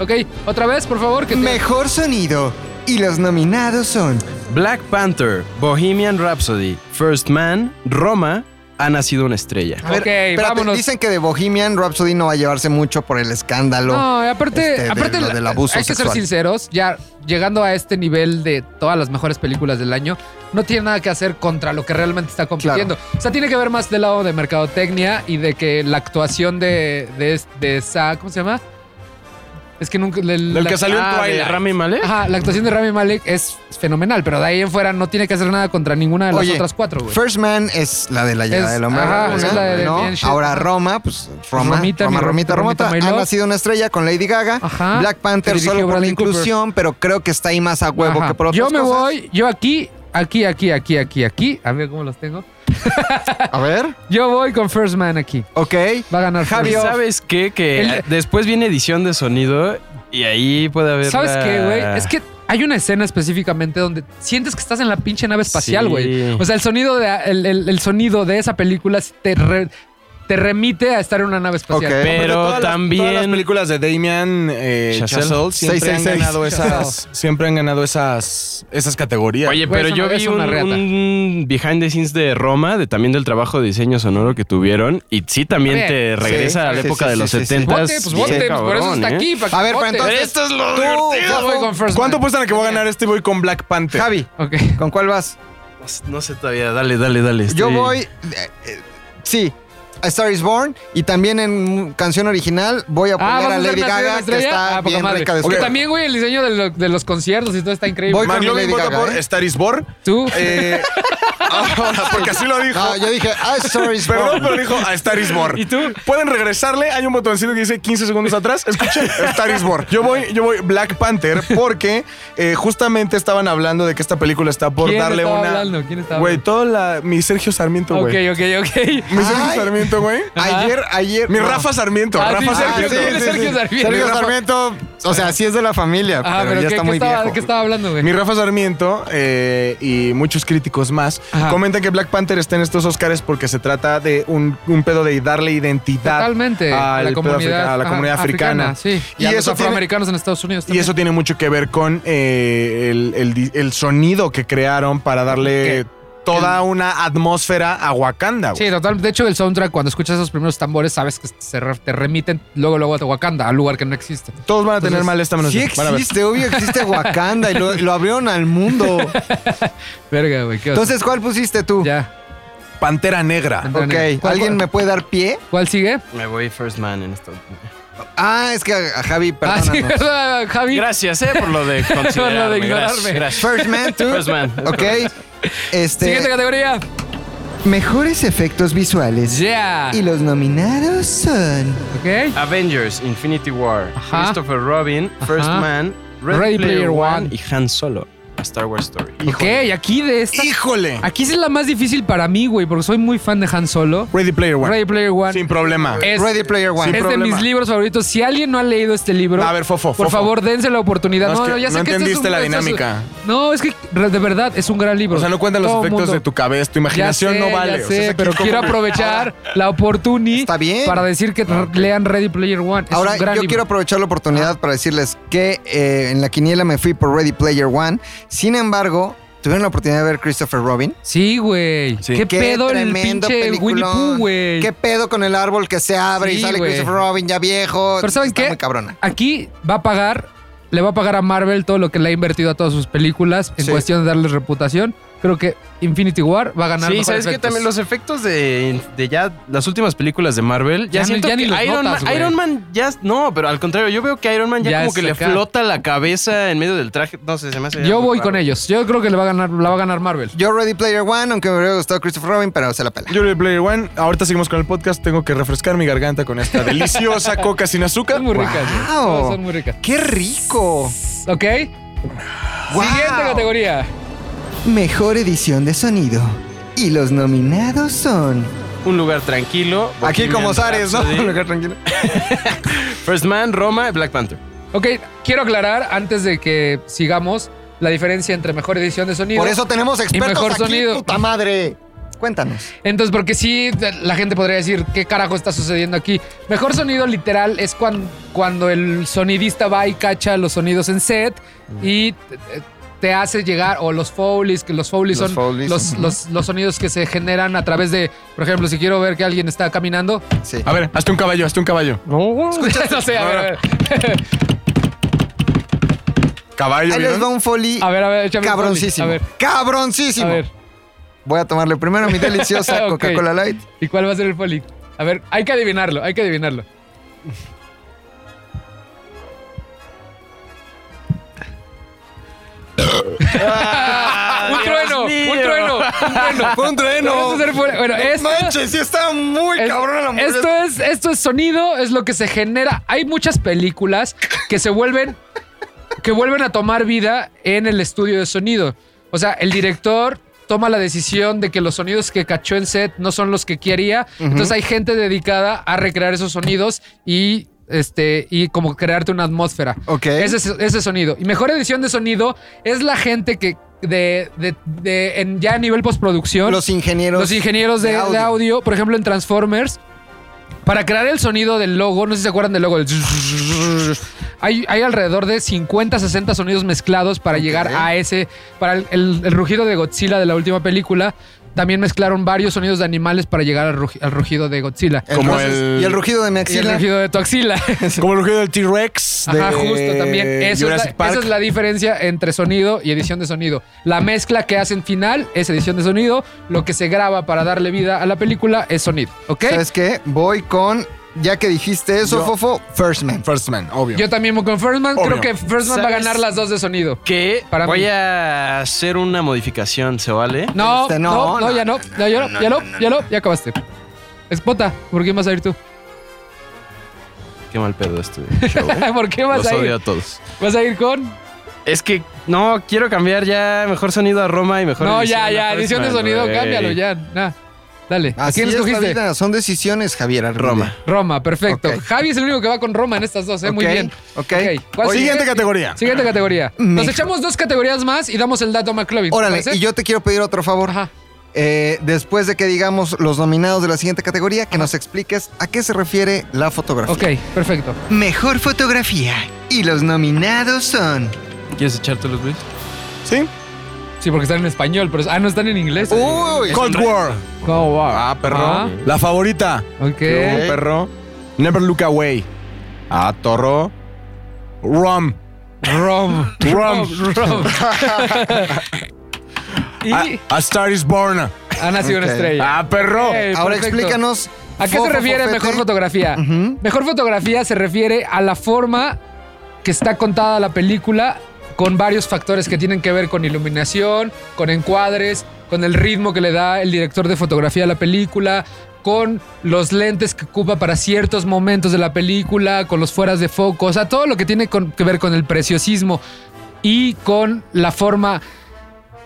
Speaker 3: Ok.
Speaker 2: Ok, otra vez, por favor. Que te-
Speaker 3: Mejor sonido. Y los nominados son
Speaker 4: Black Panther, Bohemian Rhapsody, First Man, Roma, ha nacido una estrella.
Speaker 3: A ver,
Speaker 2: Ok,
Speaker 3: espérate,
Speaker 2: vámonos.
Speaker 3: Dicen que de Bohemian Rhapsody no va a llevarse mucho por el escándalo.
Speaker 2: No, y aparte,
Speaker 3: este, de
Speaker 2: aparte
Speaker 3: lo
Speaker 2: la-
Speaker 3: del abuso
Speaker 2: hay que
Speaker 3: sexual.
Speaker 2: ser sinceros, ya llegando a este nivel de todas las mejores películas del año, no tiene nada que hacer contra lo que realmente está compitiendo. O sea, tiene que ver más del lado de mercadotecnia y de que la actuación de, de, de esa, ¿cómo se llama? Es que nunca... del-
Speaker 1: Del
Speaker 2: la-
Speaker 1: que salió en
Speaker 4: Ah, de
Speaker 1: Twilight.
Speaker 4: Rami Malek.
Speaker 2: Ajá, la actuación de Rami Malek es fenomenal, pero de ahí en fuera no tiene que hacer nada contra ninguna de las
Speaker 3: Oye,
Speaker 2: otras cuatro, güey.
Speaker 3: First Man es la de la llegada
Speaker 2: Es-
Speaker 3: del hombre.
Speaker 2: ajá,
Speaker 3: ¿no?
Speaker 2: es la de
Speaker 3: ¿No?
Speaker 2: Bien Shit.
Speaker 3: Ahora Roma, pues Roma,
Speaker 2: Romita,
Speaker 3: Roma,
Speaker 2: mi Romita,
Speaker 3: Romita, Romita.
Speaker 2: Romita, my
Speaker 3: ha
Speaker 2: love.
Speaker 3: nacido una estrella con Lady Gaga.
Speaker 2: Ajá.
Speaker 3: Black
Speaker 2: Que
Speaker 3: Panther
Speaker 2: dirigió
Speaker 3: solo por la
Speaker 2: Bradley Cooper.
Speaker 3: inclusión, pero creo que está ahí más a huevo
Speaker 2: Ajá.
Speaker 3: que por otras
Speaker 2: Yo me
Speaker 3: cosas.
Speaker 2: voy, yo aquí, aquí, aquí, aquí, aquí, aquí. A ver cómo los tengo.
Speaker 3: A ver,
Speaker 2: Yo voy con First Man aquí.
Speaker 3: ok.
Speaker 2: Va a ganar
Speaker 4: ¿Y
Speaker 2: Javier.
Speaker 4: Pues ¿Sabes qué? Que
Speaker 2: El-
Speaker 4: después viene edición de sonido y ahí puede haber.
Speaker 2: ¿Sabes
Speaker 4: la-
Speaker 2: qué, güey? Es que hay una escena específicamente donde sientes que estás en la pinche nave espacial,
Speaker 4: Sí.
Speaker 2: güey. O sea, el sonido de el, el- el sonido de esa película te, re- te remite a estar en una nave espacial.
Speaker 3: Ok.
Speaker 1: Hombre,
Speaker 4: Pero
Speaker 1: todas las-
Speaker 4: también.
Speaker 1: todas las películas de Damian eh,
Speaker 4: Chazelle.
Speaker 1: Chazelle siempre han
Speaker 3: 666.
Speaker 1: ganado esas. siempre han ganado esas. Esas categorías.
Speaker 4: Oye,
Speaker 2: Güey,
Speaker 4: pero
Speaker 2: es
Speaker 4: yo
Speaker 2: una-
Speaker 4: vi
Speaker 2: es una
Speaker 4: un,
Speaker 2: reata.
Speaker 4: un behind the scenes de Roma, de, también del trabajo de diseño sonoro que tuvieron. Y sí, también
Speaker 2: Bien.
Speaker 4: te regresa
Speaker 3: Sí,
Speaker 4: a la
Speaker 3: sí,
Speaker 4: época
Speaker 3: sí,
Speaker 4: de
Speaker 3: sí,
Speaker 4: los
Speaker 3: sí, sí.
Speaker 4: 70
Speaker 2: Vote, pues vote, pues por eso
Speaker 4: ¿eh?
Speaker 2: está aquí. para que
Speaker 3: A ver,
Speaker 2: vote.
Speaker 3: pero entonces-
Speaker 4: Esto es lo
Speaker 3: Tú,
Speaker 4: divertido.
Speaker 2: Yo voy con First
Speaker 1: ¿Cuánto
Speaker 2: Man.
Speaker 1: apuestan a que voy a ganar este? Voy con Black Panther.
Speaker 3: Javi,
Speaker 2: Ok.
Speaker 3: ¿con cuál vas?
Speaker 4: No sé todavía, dale, dale, dale.
Speaker 2: Este-
Speaker 3: Yo
Speaker 4: estoy-
Speaker 3: voy. eh, eh, sí. A Star is Born y también en canción original voy a
Speaker 2: Ah,
Speaker 3: poner
Speaker 2: vamos
Speaker 3: a
Speaker 2: a
Speaker 3: Lady
Speaker 2: ver Nacido
Speaker 3: Gaga
Speaker 2: una
Speaker 3: que
Speaker 2: estrella.
Speaker 3: está
Speaker 2: Ah, poca
Speaker 3: bien
Speaker 2: madre.
Speaker 3: rica de su
Speaker 2: Porque
Speaker 3: cuerpo.
Speaker 2: también, güey, el diseño de, lo- de los conciertos y todo está increíble.
Speaker 3: Voy
Speaker 1: Mac
Speaker 3: con
Speaker 1: Logan
Speaker 3: Lady
Speaker 1: vota
Speaker 3: Gaga,
Speaker 1: por
Speaker 3: ¿eh?
Speaker 1: Star is Born.
Speaker 2: Tú.
Speaker 1: Eh, ahora, porque así lo dijo.
Speaker 3: No, yo dije a Star is
Speaker 1: Perdón,
Speaker 3: Born.
Speaker 1: pero dijo a Star is Born.
Speaker 4: ¿Y tú?
Speaker 1: Pueden regresarle. Hay un botoncito que dice 15 segundos atrás. Escuchen, Star is Born. Yo voy, yo voy Black Panther porque eh, justamente estaban hablando de que esta película está por
Speaker 2: ¿Quién
Speaker 1: darle
Speaker 2: estaba
Speaker 1: una.
Speaker 2: hablando? ¿Quién estaba
Speaker 1: Güey, todo la. Mi Sergio Sarmiento,
Speaker 2: Ok,
Speaker 1: güey.
Speaker 2: ok, ok.
Speaker 1: Mi Sergio
Speaker 3: Ay.
Speaker 1: Sarmiento, güey.
Speaker 3: Ayer, ayer.
Speaker 1: Mi
Speaker 3: no.
Speaker 1: Rafa Sarmiento.
Speaker 2: Ah, sí,
Speaker 1: Rafa
Speaker 2: sí,
Speaker 1: Sarmiento.
Speaker 2: sí, sí, Sergio Sarmiento.
Speaker 3: Sergio Sarmiento, o sea, sí es de la familia,
Speaker 2: Ah,
Speaker 3: pero,
Speaker 2: pero,
Speaker 3: ya
Speaker 2: ¿qué,
Speaker 3: está
Speaker 2: qué
Speaker 3: muy
Speaker 2: estaba,
Speaker 3: viejo.
Speaker 2: qué estaba hablando, güey?
Speaker 1: Mi Rafa Sarmiento eh, y muchos críticos más
Speaker 2: Ajá.
Speaker 1: comentan que Black Panther está en estos Oscars porque se trata de un, un pedo de darle identidad
Speaker 2: Totalmente. A
Speaker 1: al
Speaker 2: la
Speaker 1: pedo
Speaker 2: comunidad,
Speaker 1: africa- a la
Speaker 2: ajá,
Speaker 1: comunidad africana.
Speaker 2: Sí. Y,
Speaker 1: Y
Speaker 2: a
Speaker 1: eso
Speaker 2: los
Speaker 1: tiene-
Speaker 2: afroamericanos en Estados Unidos.
Speaker 1: Y eso tiene mucho que ver con eh, el, el di- el sonido que crearon para darle toda una atmósfera a Wakanda. güey.
Speaker 2: Sí, total. De hecho, el soundtrack, cuando escuchas esos primeros tambores, sabes que se re- te remiten luego, luego a Wakanda, al lugar que no existe.
Speaker 1: Todos van a tener
Speaker 2: Entonces,
Speaker 1: mal esta menos
Speaker 3: Sí
Speaker 1: yo. Van a ver.
Speaker 3: existe, obvio existe Wakanda y lo, y lo abrieron al mundo.
Speaker 2: Verga, güey. qué oso.
Speaker 3: Entonces, ¿cuál pusiste tú?
Speaker 2: ya.
Speaker 1: Pantera Negra.
Speaker 2: Pantera
Speaker 3: Ok,
Speaker 2: Negra. ¿Cuál-
Speaker 3: ¿alguien me puede dar pie?
Speaker 2: ¿Cuál sigue? Ah,
Speaker 4: Me voy first man en esto.
Speaker 3: Ah, es que a, a Javi,
Speaker 2: Ah, sí,
Speaker 3: perdónanos.
Speaker 2: ¿verdad, Javi.
Speaker 4: Gracias, eh, por lo de considerarme.
Speaker 2: Por lo de
Speaker 4: Gracias,
Speaker 2: ignorarme.
Speaker 4: Gracias.
Speaker 3: First Man, tú.
Speaker 4: First man.
Speaker 3: Ok.
Speaker 2: Siguiente
Speaker 3: Este,
Speaker 2: categoría.
Speaker 3: mejores efectos visuales.
Speaker 2: Yeah.
Speaker 3: Y los nominados son...
Speaker 2: Ok.
Speaker 4: Avengers, Infinity War,
Speaker 2: Ajá.
Speaker 4: Christopher Robin, First
Speaker 2: Ajá.
Speaker 4: Man, Red,
Speaker 2: Ready
Speaker 4: Player,
Speaker 2: Player
Speaker 4: One
Speaker 2: One.
Speaker 4: y Han Solo. A Star Wars Story.
Speaker 2: Ok, aquí de esta.
Speaker 1: ¡Híjole!
Speaker 2: Aquí sí es la más difícil para mí, güey, porque soy muy fan de Han Solo.
Speaker 1: Ready Player One.
Speaker 2: Ready Player One. Eh,
Speaker 1: Sin problema.
Speaker 2: Es-
Speaker 3: Ready Player One.
Speaker 1: Sin
Speaker 2: es de
Speaker 1: problema.
Speaker 2: mis libros favoritos. Si alguien no ha leído este libro,
Speaker 1: A ver, Fofo,
Speaker 2: por
Speaker 1: Fofo.
Speaker 2: favor, dense la oportunidad.
Speaker 1: No,
Speaker 2: No,
Speaker 1: es que
Speaker 2: no, ya sé
Speaker 1: no
Speaker 2: que este
Speaker 1: entendiste
Speaker 2: es un-
Speaker 1: la
Speaker 2: este es un-
Speaker 1: dinámica.
Speaker 2: no, es que re- de verdad es un gran libro.
Speaker 1: O sea, no cuentan los
Speaker 2: Todo
Speaker 1: efectos
Speaker 2: mundo-
Speaker 1: de tu cabeza, tu
Speaker 2: Ya
Speaker 1: imaginación
Speaker 2: sé,
Speaker 1: no vale.
Speaker 2: ya
Speaker 1: O sea, es
Speaker 2: sé,
Speaker 1: aquí
Speaker 2: pero
Speaker 1: como-
Speaker 2: quiero aprovechar la oportunidad
Speaker 3: Está bien.
Speaker 2: para decir que lean Ready Player One. Es
Speaker 3: Ahora
Speaker 2: un
Speaker 3: yo
Speaker 2: gran libro.
Speaker 3: quiero aprovechar la oportunidad para decirles que eh, en la quiniela me fui por Ready Player One. Sin embargo, tuvieron la oportunidad de ver Christopher Robin.
Speaker 2: Sí, güey.
Speaker 1: Sí.
Speaker 2: ¿Qué, pedo el
Speaker 3: tremendo
Speaker 2: pinche Winnie
Speaker 3: peliculón.
Speaker 2: Pooh, güey?
Speaker 3: Qué pedo con el árbol que se abre y
Speaker 2: Sí,
Speaker 3: sale
Speaker 2: güey.
Speaker 3: Christopher Robin ya viejo.
Speaker 2: Pero ¿saben
Speaker 3: Está
Speaker 2: qué?
Speaker 3: Muy cabrona.
Speaker 2: Aquí va a pagar, le va a pagar a Marvel todo lo que le ha invertido a todas sus películas en
Speaker 3: Sí.
Speaker 2: cuestión de darles reputación. Creo que Infinity War va a ganar.
Speaker 4: Sí,
Speaker 2: mejor
Speaker 4: sabes que
Speaker 2: efectos.
Speaker 4: también los efectos de, de ya las últimas películas de Marvel,
Speaker 2: Ya
Speaker 4: ya,
Speaker 2: ni-
Speaker 4: siento
Speaker 2: ya
Speaker 4: que
Speaker 2: ni los
Speaker 4: Iron,
Speaker 2: notas,
Speaker 4: Man,
Speaker 2: güey.
Speaker 4: Iron Man ya no, pero al contrario, yo veo que Iron Man ya,
Speaker 2: Ya
Speaker 4: como
Speaker 2: es
Speaker 4: que le
Speaker 2: acá.
Speaker 4: flota la cabeza en medio del traje, no sé, se me hace
Speaker 2: Yo
Speaker 4: muy
Speaker 2: voy
Speaker 4: raro.
Speaker 2: con ellos. Yo creo que le va a ganar, la va a ganar Marvel.
Speaker 3: Yo Ready Player One, aunque me hubiera gustado Christopher Robin, pero se la pela.
Speaker 1: Yo Ready Player One. Ahorita seguimos con el podcast. Tengo que refrescar mi garganta con esta deliciosa coca sin azúcar.
Speaker 2: Son muy ricas. güey.
Speaker 3: Wow.
Speaker 2: Todas son muy ricas.
Speaker 3: ¡Qué rico!
Speaker 2: ¿Ok?
Speaker 3: Wow.
Speaker 2: Siguiente categoría.
Speaker 3: Mejor edición de sonido. Y los nominados son...
Speaker 4: Un lugar tranquilo.
Speaker 3: Aquí
Speaker 4: Bohemian
Speaker 3: como Zares, ¿no?
Speaker 4: Rhapsody,
Speaker 3: Lugar tranquilo.
Speaker 4: First Man, Roma y Black Panther.
Speaker 2: Ok, quiero aclarar antes de que sigamos la diferencia entre mejor edición de sonido.
Speaker 3: Por eso tenemos expertos
Speaker 2: mejor
Speaker 3: aquí,
Speaker 2: sonido.
Speaker 3: puta madre. Cuéntanos.
Speaker 2: Entonces, porque sí, la gente podría decir, ¿qué carajo está sucediendo aquí? Mejor sonido literal es cuan- cuando el sonidista va y cacha los sonidos en set y eh, te hace llegar, o los Foley's, que los Foley's
Speaker 3: Los
Speaker 2: son
Speaker 3: Foleys,
Speaker 2: los,
Speaker 3: ujú.
Speaker 2: los- los sonidos que se generan a través de, por ejemplo, si quiero ver que alguien está caminando.
Speaker 3: Sí.
Speaker 1: A ver, hazte un caballo, hazte un caballo.
Speaker 2: no sé, a ver, a ver,
Speaker 1: Caballo,
Speaker 3: Ahí les va
Speaker 1: ¿vieron?
Speaker 3: un foley
Speaker 2: a ver, a ver, échame un
Speaker 3: cabroncísimo.
Speaker 2: Foley. A
Speaker 3: Cabroncísimo.
Speaker 2: ver, a ver.
Speaker 3: Voy a tomarle primero mi deliciosa
Speaker 2: Ok.
Speaker 3: Coca-Cola Light.
Speaker 2: ¿Y cuál va a ser el Foley? A ver, hay que adivinarlo, hay que adivinarlo. un trueno, un trueno, un trueno.
Speaker 3: Ah, Fue un
Speaker 2: Vamos a hacer Foley. Bueno, esto,
Speaker 3: Manches, sí está muy
Speaker 2: es-
Speaker 3: cabrón la mujer.
Speaker 2: esto es, esto es sonido, es lo que se genera. Hay muchas películas que se vuelven, que vuelven a tomar vida en el estudio de sonido. O sea, el director toma la decisión de que los sonidos que cachó en set no son los que quería. Entonces hay gente dedicada a recrear esos sonidos y este y como crearte una atmósfera.
Speaker 3: Ok.
Speaker 2: Ese, ese sonido. Y mejor edición de sonido es la gente que de, de- de- en- ya a nivel postproducción
Speaker 3: Los ingenieros.
Speaker 2: los ingenieros de, de audio. por ejemplo, en Transformers, para crear el sonido del logo, no sé si se acuerdan del logo, el zzzz, hay, hay alrededor de 50, 60 sonidos mezclados para llegar a ese, para el, el- el rugido de Godzilla de la última película. También mezclaron varios sonidos de animales para llegar al, rugi- al rugido de Godzilla.
Speaker 3: Entonces,
Speaker 1: Como el-
Speaker 3: Y el rugido de mi
Speaker 2: Y el
Speaker 3: axila.
Speaker 2: rugido de Toxila.
Speaker 1: Como el rugido del T-Rex.
Speaker 2: Ajá,
Speaker 1: de
Speaker 2: justo también. Eso es la-
Speaker 1: Jurassic Park.
Speaker 2: esa es la diferencia entre sonido y edición de sonido. La mezcla que hacen final es edición de sonido. Lo que se graba para darle vida a la película es sonido. ¿Ok?
Speaker 3: ¿Sabes qué? Voy con, ya que dijiste eso,
Speaker 1: Yo-
Speaker 3: Fofo, First Man.
Speaker 1: First Man, obvio.
Speaker 2: Yo también voy con Firstman.
Speaker 1: Obvio.
Speaker 2: Creo que Firstman va a
Speaker 4: ¿Sabes?
Speaker 2: ganar las dos de sonido.
Speaker 4: Que
Speaker 2: Para
Speaker 4: voy
Speaker 2: mí.
Speaker 4: a hacer una modificación, ¿se vale?
Speaker 2: No,
Speaker 3: Este, no,
Speaker 2: no, no,
Speaker 3: no,
Speaker 2: ya no. ya, ya no, ya no, ya no, ya acabaste. Espota, ¿por qué vas a ir tú?
Speaker 4: Qué mal pedo este show. ¿eh?
Speaker 2: ¿Por qué vas
Speaker 4: Los
Speaker 2: a ir?
Speaker 4: odio a todos.
Speaker 2: ¿Vas a ir con?
Speaker 4: Es que no, quiero cambiar ya mejor sonido a Roma y mejor.
Speaker 2: No,
Speaker 4: edición
Speaker 2: ya,
Speaker 4: a
Speaker 2: ya. Edición de
Speaker 4: Freshman,
Speaker 2: sonido,
Speaker 4: güey.
Speaker 2: cámbialo, ya. Nah. Dale. ¿A
Speaker 3: Así
Speaker 2: quién
Speaker 3: es la
Speaker 2: escogiste?
Speaker 3: vida, Son decisiones, Javier. Armide.
Speaker 4: Roma.
Speaker 2: Roma, perfecto.
Speaker 3: Ok.
Speaker 2: Javi es el único que va con Roma en estas dos, ¿eh? Muy
Speaker 3: Ok,
Speaker 2: bien.
Speaker 3: Ok.
Speaker 2: Ok, ¿cuál
Speaker 1: Oye,
Speaker 2: sigue?
Speaker 1: Siguiente categoría.
Speaker 2: Siguiente categoría. Nos
Speaker 3: Mejor.
Speaker 2: echamos dos categorías más y damos el dato a McLovin. ¿te
Speaker 3: Órale,
Speaker 2: parece?
Speaker 3: y yo te quiero pedir otro favor.
Speaker 2: Ajá.
Speaker 3: Eh, después de que digamos los nominados de la siguiente categoría, que nos expliques a qué se refiere la fotografía.
Speaker 2: Ok, perfecto.
Speaker 3: Mejor fotografía. Y los nominados son.
Speaker 4: ¿Quieres echártelos, Luis?
Speaker 1: ¿Sí?
Speaker 2: Sí, porque están en español, pero. Ah, no están en inglés.
Speaker 3: Uy,
Speaker 1: Cold War.
Speaker 2: ¿Cómo va?
Speaker 1: Ah, perro.
Speaker 2: Ah. Eh.
Speaker 1: La favorita.
Speaker 2: Ok.
Speaker 1: Luego, perro. Never Look Away. Ah, torro. Rum.
Speaker 2: Rom.
Speaker 1: Rom.
Speaker 2: Rom. y
Speaker 1: A, A Star is Born.
Speaker 2: ha nacido una
Speaker 3: Ok.
Speaker 2: estrella.
Speaker 1: Ah, perro.
Speaker 2: Ok,
Speaker 3: Ahora
Speaker 2: perfecto.
Speaker 3: explícanos.
Speaker 2: ¿A qué se
Speaker 3: Fofo
Speaker 2: refiere
Speaker 3: Fofete.
Speaker 2: mejor fotografía?
Speaker 3: Ujú.
Speaker 2: Mejor fotografía se refiere a la forma que está contada la película con varios factores que tienen que ver con iluminación, con encuadres, con el ritmo que le da el director de fotografía a la película, con los lentes que ocupa para ciertos momentos de la película, con los fueras de foco, o sea, todo lo que tiene con- que ver con el preciosismo y con la forma...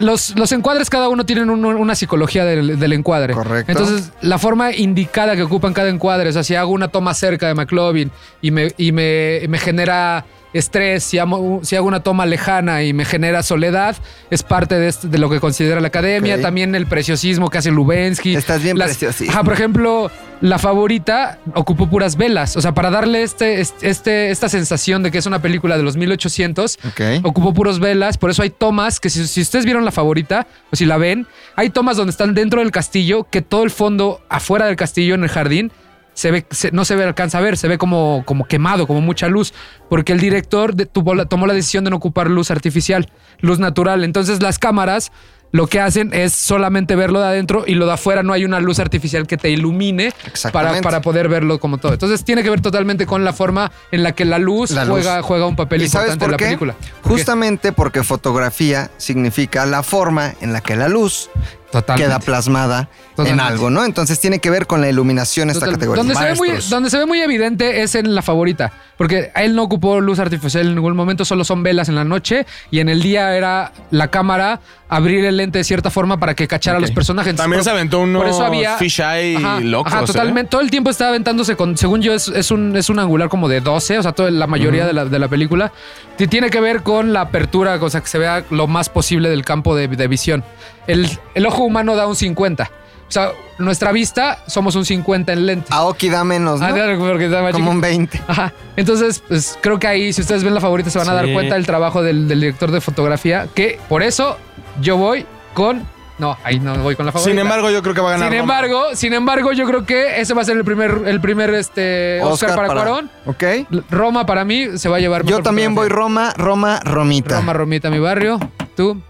Speaker 2: Los, los encuadres cada uno tienen un- una psicología del, del encuadre.
Speaker 3: Correcto.
Speaker 2: Entonces, la forma indicada que ocupan cada encuadre, o sea, si hago una toma cerca de McLovin y me, y me, me genera estrés, si, amo- si hago una toma lejana y me genera soledad, es parte de, este- de lo que considera la academia.
Speaker 3: Ok.
Speaker 2: También el preciosismo que hace Lubensky.
Speaker 3: Estás bien
Speaker 2: Las-
Speaker 3: preciosismo.
Speaker 2: Ajá, por ejemplo, la favorita ocupó puras velas. O sea, para darle este, este, esta sensación de que es una película de los 1800,
Speaker 3: Ok.
Speaker 2: ocupó puros velas, por eso hay tomas que si, si ustedes vieron la favorita o si la ven, hay tomas donde están dentro del castillo que todo el fondo afuera del castillo en el jardín se ve, se- no se ve, alcanza a ver, se ve como, como quemado, como mucha luz, porque el director de- tuvo la- tomó la decisión de no ocupar luz artificial, luz natural. Entonces las cámaras lo que hacen es solamente verlo de adentro y lo de afuera no hay una luz artificial que te ilumine para,
Speaker 3: Exactamente.
Speaker 2: para poder verlo como todo. Entonces tiene que ver totalmente con la forma en la que la luz,
Speaker 3: La luz.
Speaker 2: Juega, juega un papel
Speaker 3: ¿Y sabes
Speaker 2: importante en
Speaker 3: por
Speaker 2: la
Speaker 3: qué?
Speaker 2: película. ¿Por qué?
Speaker 3: Justamente porque fotografía significa la forma en la que la luz
Speaker 2: Totalmente.
Speaker 3: queda plasmada en
Speaker 2: Totalmente.
Speaker 3: algo, ¿no? Entonces tiene que ver con la iluminación esta
Speaker 2: Total-
Speaker 3: categoría.
Speaker 2: Donde se, ve muy,
Speaker 1: Maestros.
Speaker 2: donde se ve muy evidente es en la favorita, porque él no ocupó luz artificial en ningún momento, solo son velas en la noche y en el día era la cámara abrir el lente de cierta forma para que cachara a los personajes.
Speaker 1: También
Speaker 2: Por-
Speaker 1: se aventó unos
Speaker 2: por eso había-
Speaker 1: fisheye
Speaker 2: Ajá,
Speaker 1: locos.
Speaker 2: ajá,
Speaker 1: ¿eh?
Speaker 2: totalmente. Todo el tiempo está aventándose con, según yo, es, es un, es un angular como de 12, o sea, toda la mayoría de, la, de la película. T- Tiene que ver con la apertura, o sea, que se vea lo más posible del campo de, de visión. El, el ojo humano da un 50. O sea, nuestra vista somos un 50 en lente.
Speaker 3: Aoki da menos, pues, ¿no?
Speaker 2: Ah, claro, porque está más
Speaker 3: Como
Speaker 2: chiquito.
Speaker 3: un 20.
Speaker 2: Ajá. Entonces, pues creo que ahí, si ustedes ven la favorita, se van a dar
Speaker 4: Sí.
Speaker 2: cuenta del trabajo del, del director de fotografía. Que por eso yo voy con. No, ahí no voy con la favorita.
Speaker 1: Sin embargo, yo creo que va a ganar.
Speaker 2: Sin
Speaker 1: Roma.
Speaker 2: embargo, sin embargo, yo creo que ese va a ser el primer, el primer este, Oscar,
Speaker 3: Oscar
Speaker 2: para,
Speaker 3: para-
Speaker 2: Cuarón.
Speaker 3: ¿Ok?
Speaker 2: L- Roma para mí se va a llevar.
Speaker 3: Yo
Speaker 2: mejor
Speaker 3: también voy
Speaker 2: fotografía.
Speaker 3: Roma, Roma, Romita.
Speaker 2: Roma, Romita, mi barrio. Tú.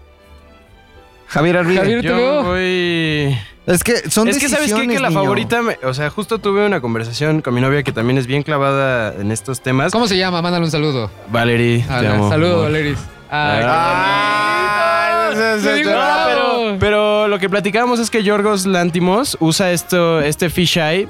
Speaker 3: Javier Arvide.
Speaker 2: Javier- Yo te veo.
Speaker 4: Yo voy...
Speaker 3: Es que son
Speaker 4: Es que sabes qué?
Speaker 3: decisiones,
Speaker 4: que la
Speaker 3: niño.
Speaker 4: favorita, me- o sea, justo tuve una conversación con mi novia que también es bien clavada en estos temas.
Speaker 2: ¿Cómo se llama? Mándale un saludo.
Speaker 4: Valerie, te
Speaker 2: Ah,
Speaker 4: amo.
Speaker 2: Saludos,
Speaker 4: amor.
Speaker 2: Valeris. Ay,
Speaker 1: Ah,
Speaker 2: qué bonito.
Speaker 1: se- se-
Speaker 2: Digo,
Speaker 1: se-
Speaker 4: Ah,
Speaker 2: bravo.
Speaker 4: pero, pero lo que platicábamos es que Yorgos Lantimos usa esto, este fisheye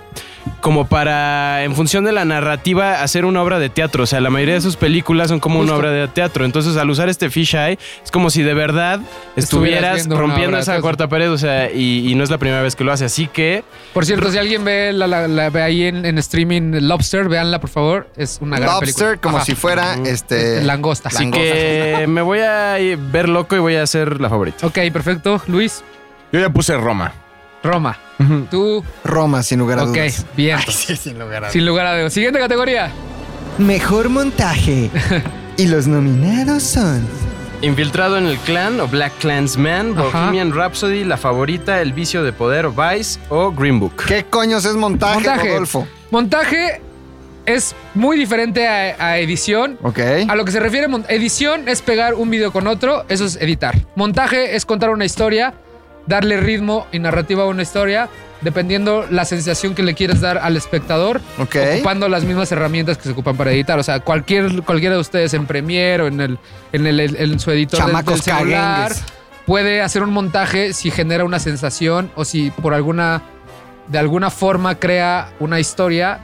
Speaker 4: como para, en función de la narrativa, hacer una obra de teatro. O sea, la mayoría de sus películas son como
Speaker 2: Justo.
Speaker 4: una obra de teatro. Entonces, al usar este fisheye, es como si de verdad
Speaker 2: Estuvieras
Speaker 4: estuvieras
Speaker 2: viendo una obra
Speaker 4: rompiendo
Speaker 2: de
Speaker 4: esa
Speaker 2: teatro.
Speaker 4: cuarta pared. O sea, y, y no es la primera vez que lo hace. Así que,
Speaker 2: Por cierto, si alguien ve, la, la- la- ve ahí en, en streaming Lobster, véanla, por favor. Es una gran película.
Speaker 3: Lobster, como
Speaker 2: Ajá.
Speaker 3: si fuera este.
Speaker 2: Langosta.
Speaker 4: así que eh, me voy a ir- ver loco y voy a hacer la favorita.
Speaker 2: Ok, perfecto. Luis,
Speaker 1: Yo ya puse Roma.
Speaker 2: Roma. Tú.
Speaker 3: Roma, sin lugar a
Speaker 2: Ok,
Speaker 3: dudas.
Speaker 2: bien.
Speaker 3: Sí, sin lugar a
Speaker 2: Sin lugar a dudas. Siguiente categoría.
Speaker 3: Mejor montaje. y los nominados son.
Speaker 4: Infiltrado en el clan o Black Clansman,
Speaker 2: Ajá.
Speaker 4: Bohemian Rhapsody, La Favorita, El Vicio de Poder o Vice o Green Book.
Speaker 3: ¿Qué coños es montaje,
Speaker 2: Montaje.
Speaker 3: Rodolfo?
Speaker 2: Montaje es muy diferente a, a edición.
Speaker 3: Ok.
Speaker 2: A lo que se refiere mon- edición es pegar un video con otro, eso es editar. Montaje es contar una historia, darle ritmo y narrativa a una historia, dependiendo la sensación que le quieres dar al espectador.
Speaker 3: Ok.
Speaker 2: ocupando las mismas herramientas que se ocupan para editar. O sea, cualquier, cualquiera de ustedes en Premiere o en, el, en, el, en su editor del, del
Speaker 3: Chamacos
Speaker 2: celular
Speaker 3: caguengues.
Speaker 2: puede hacer un montaje si genera una sensación o si por alguna de alguna forma crea una historia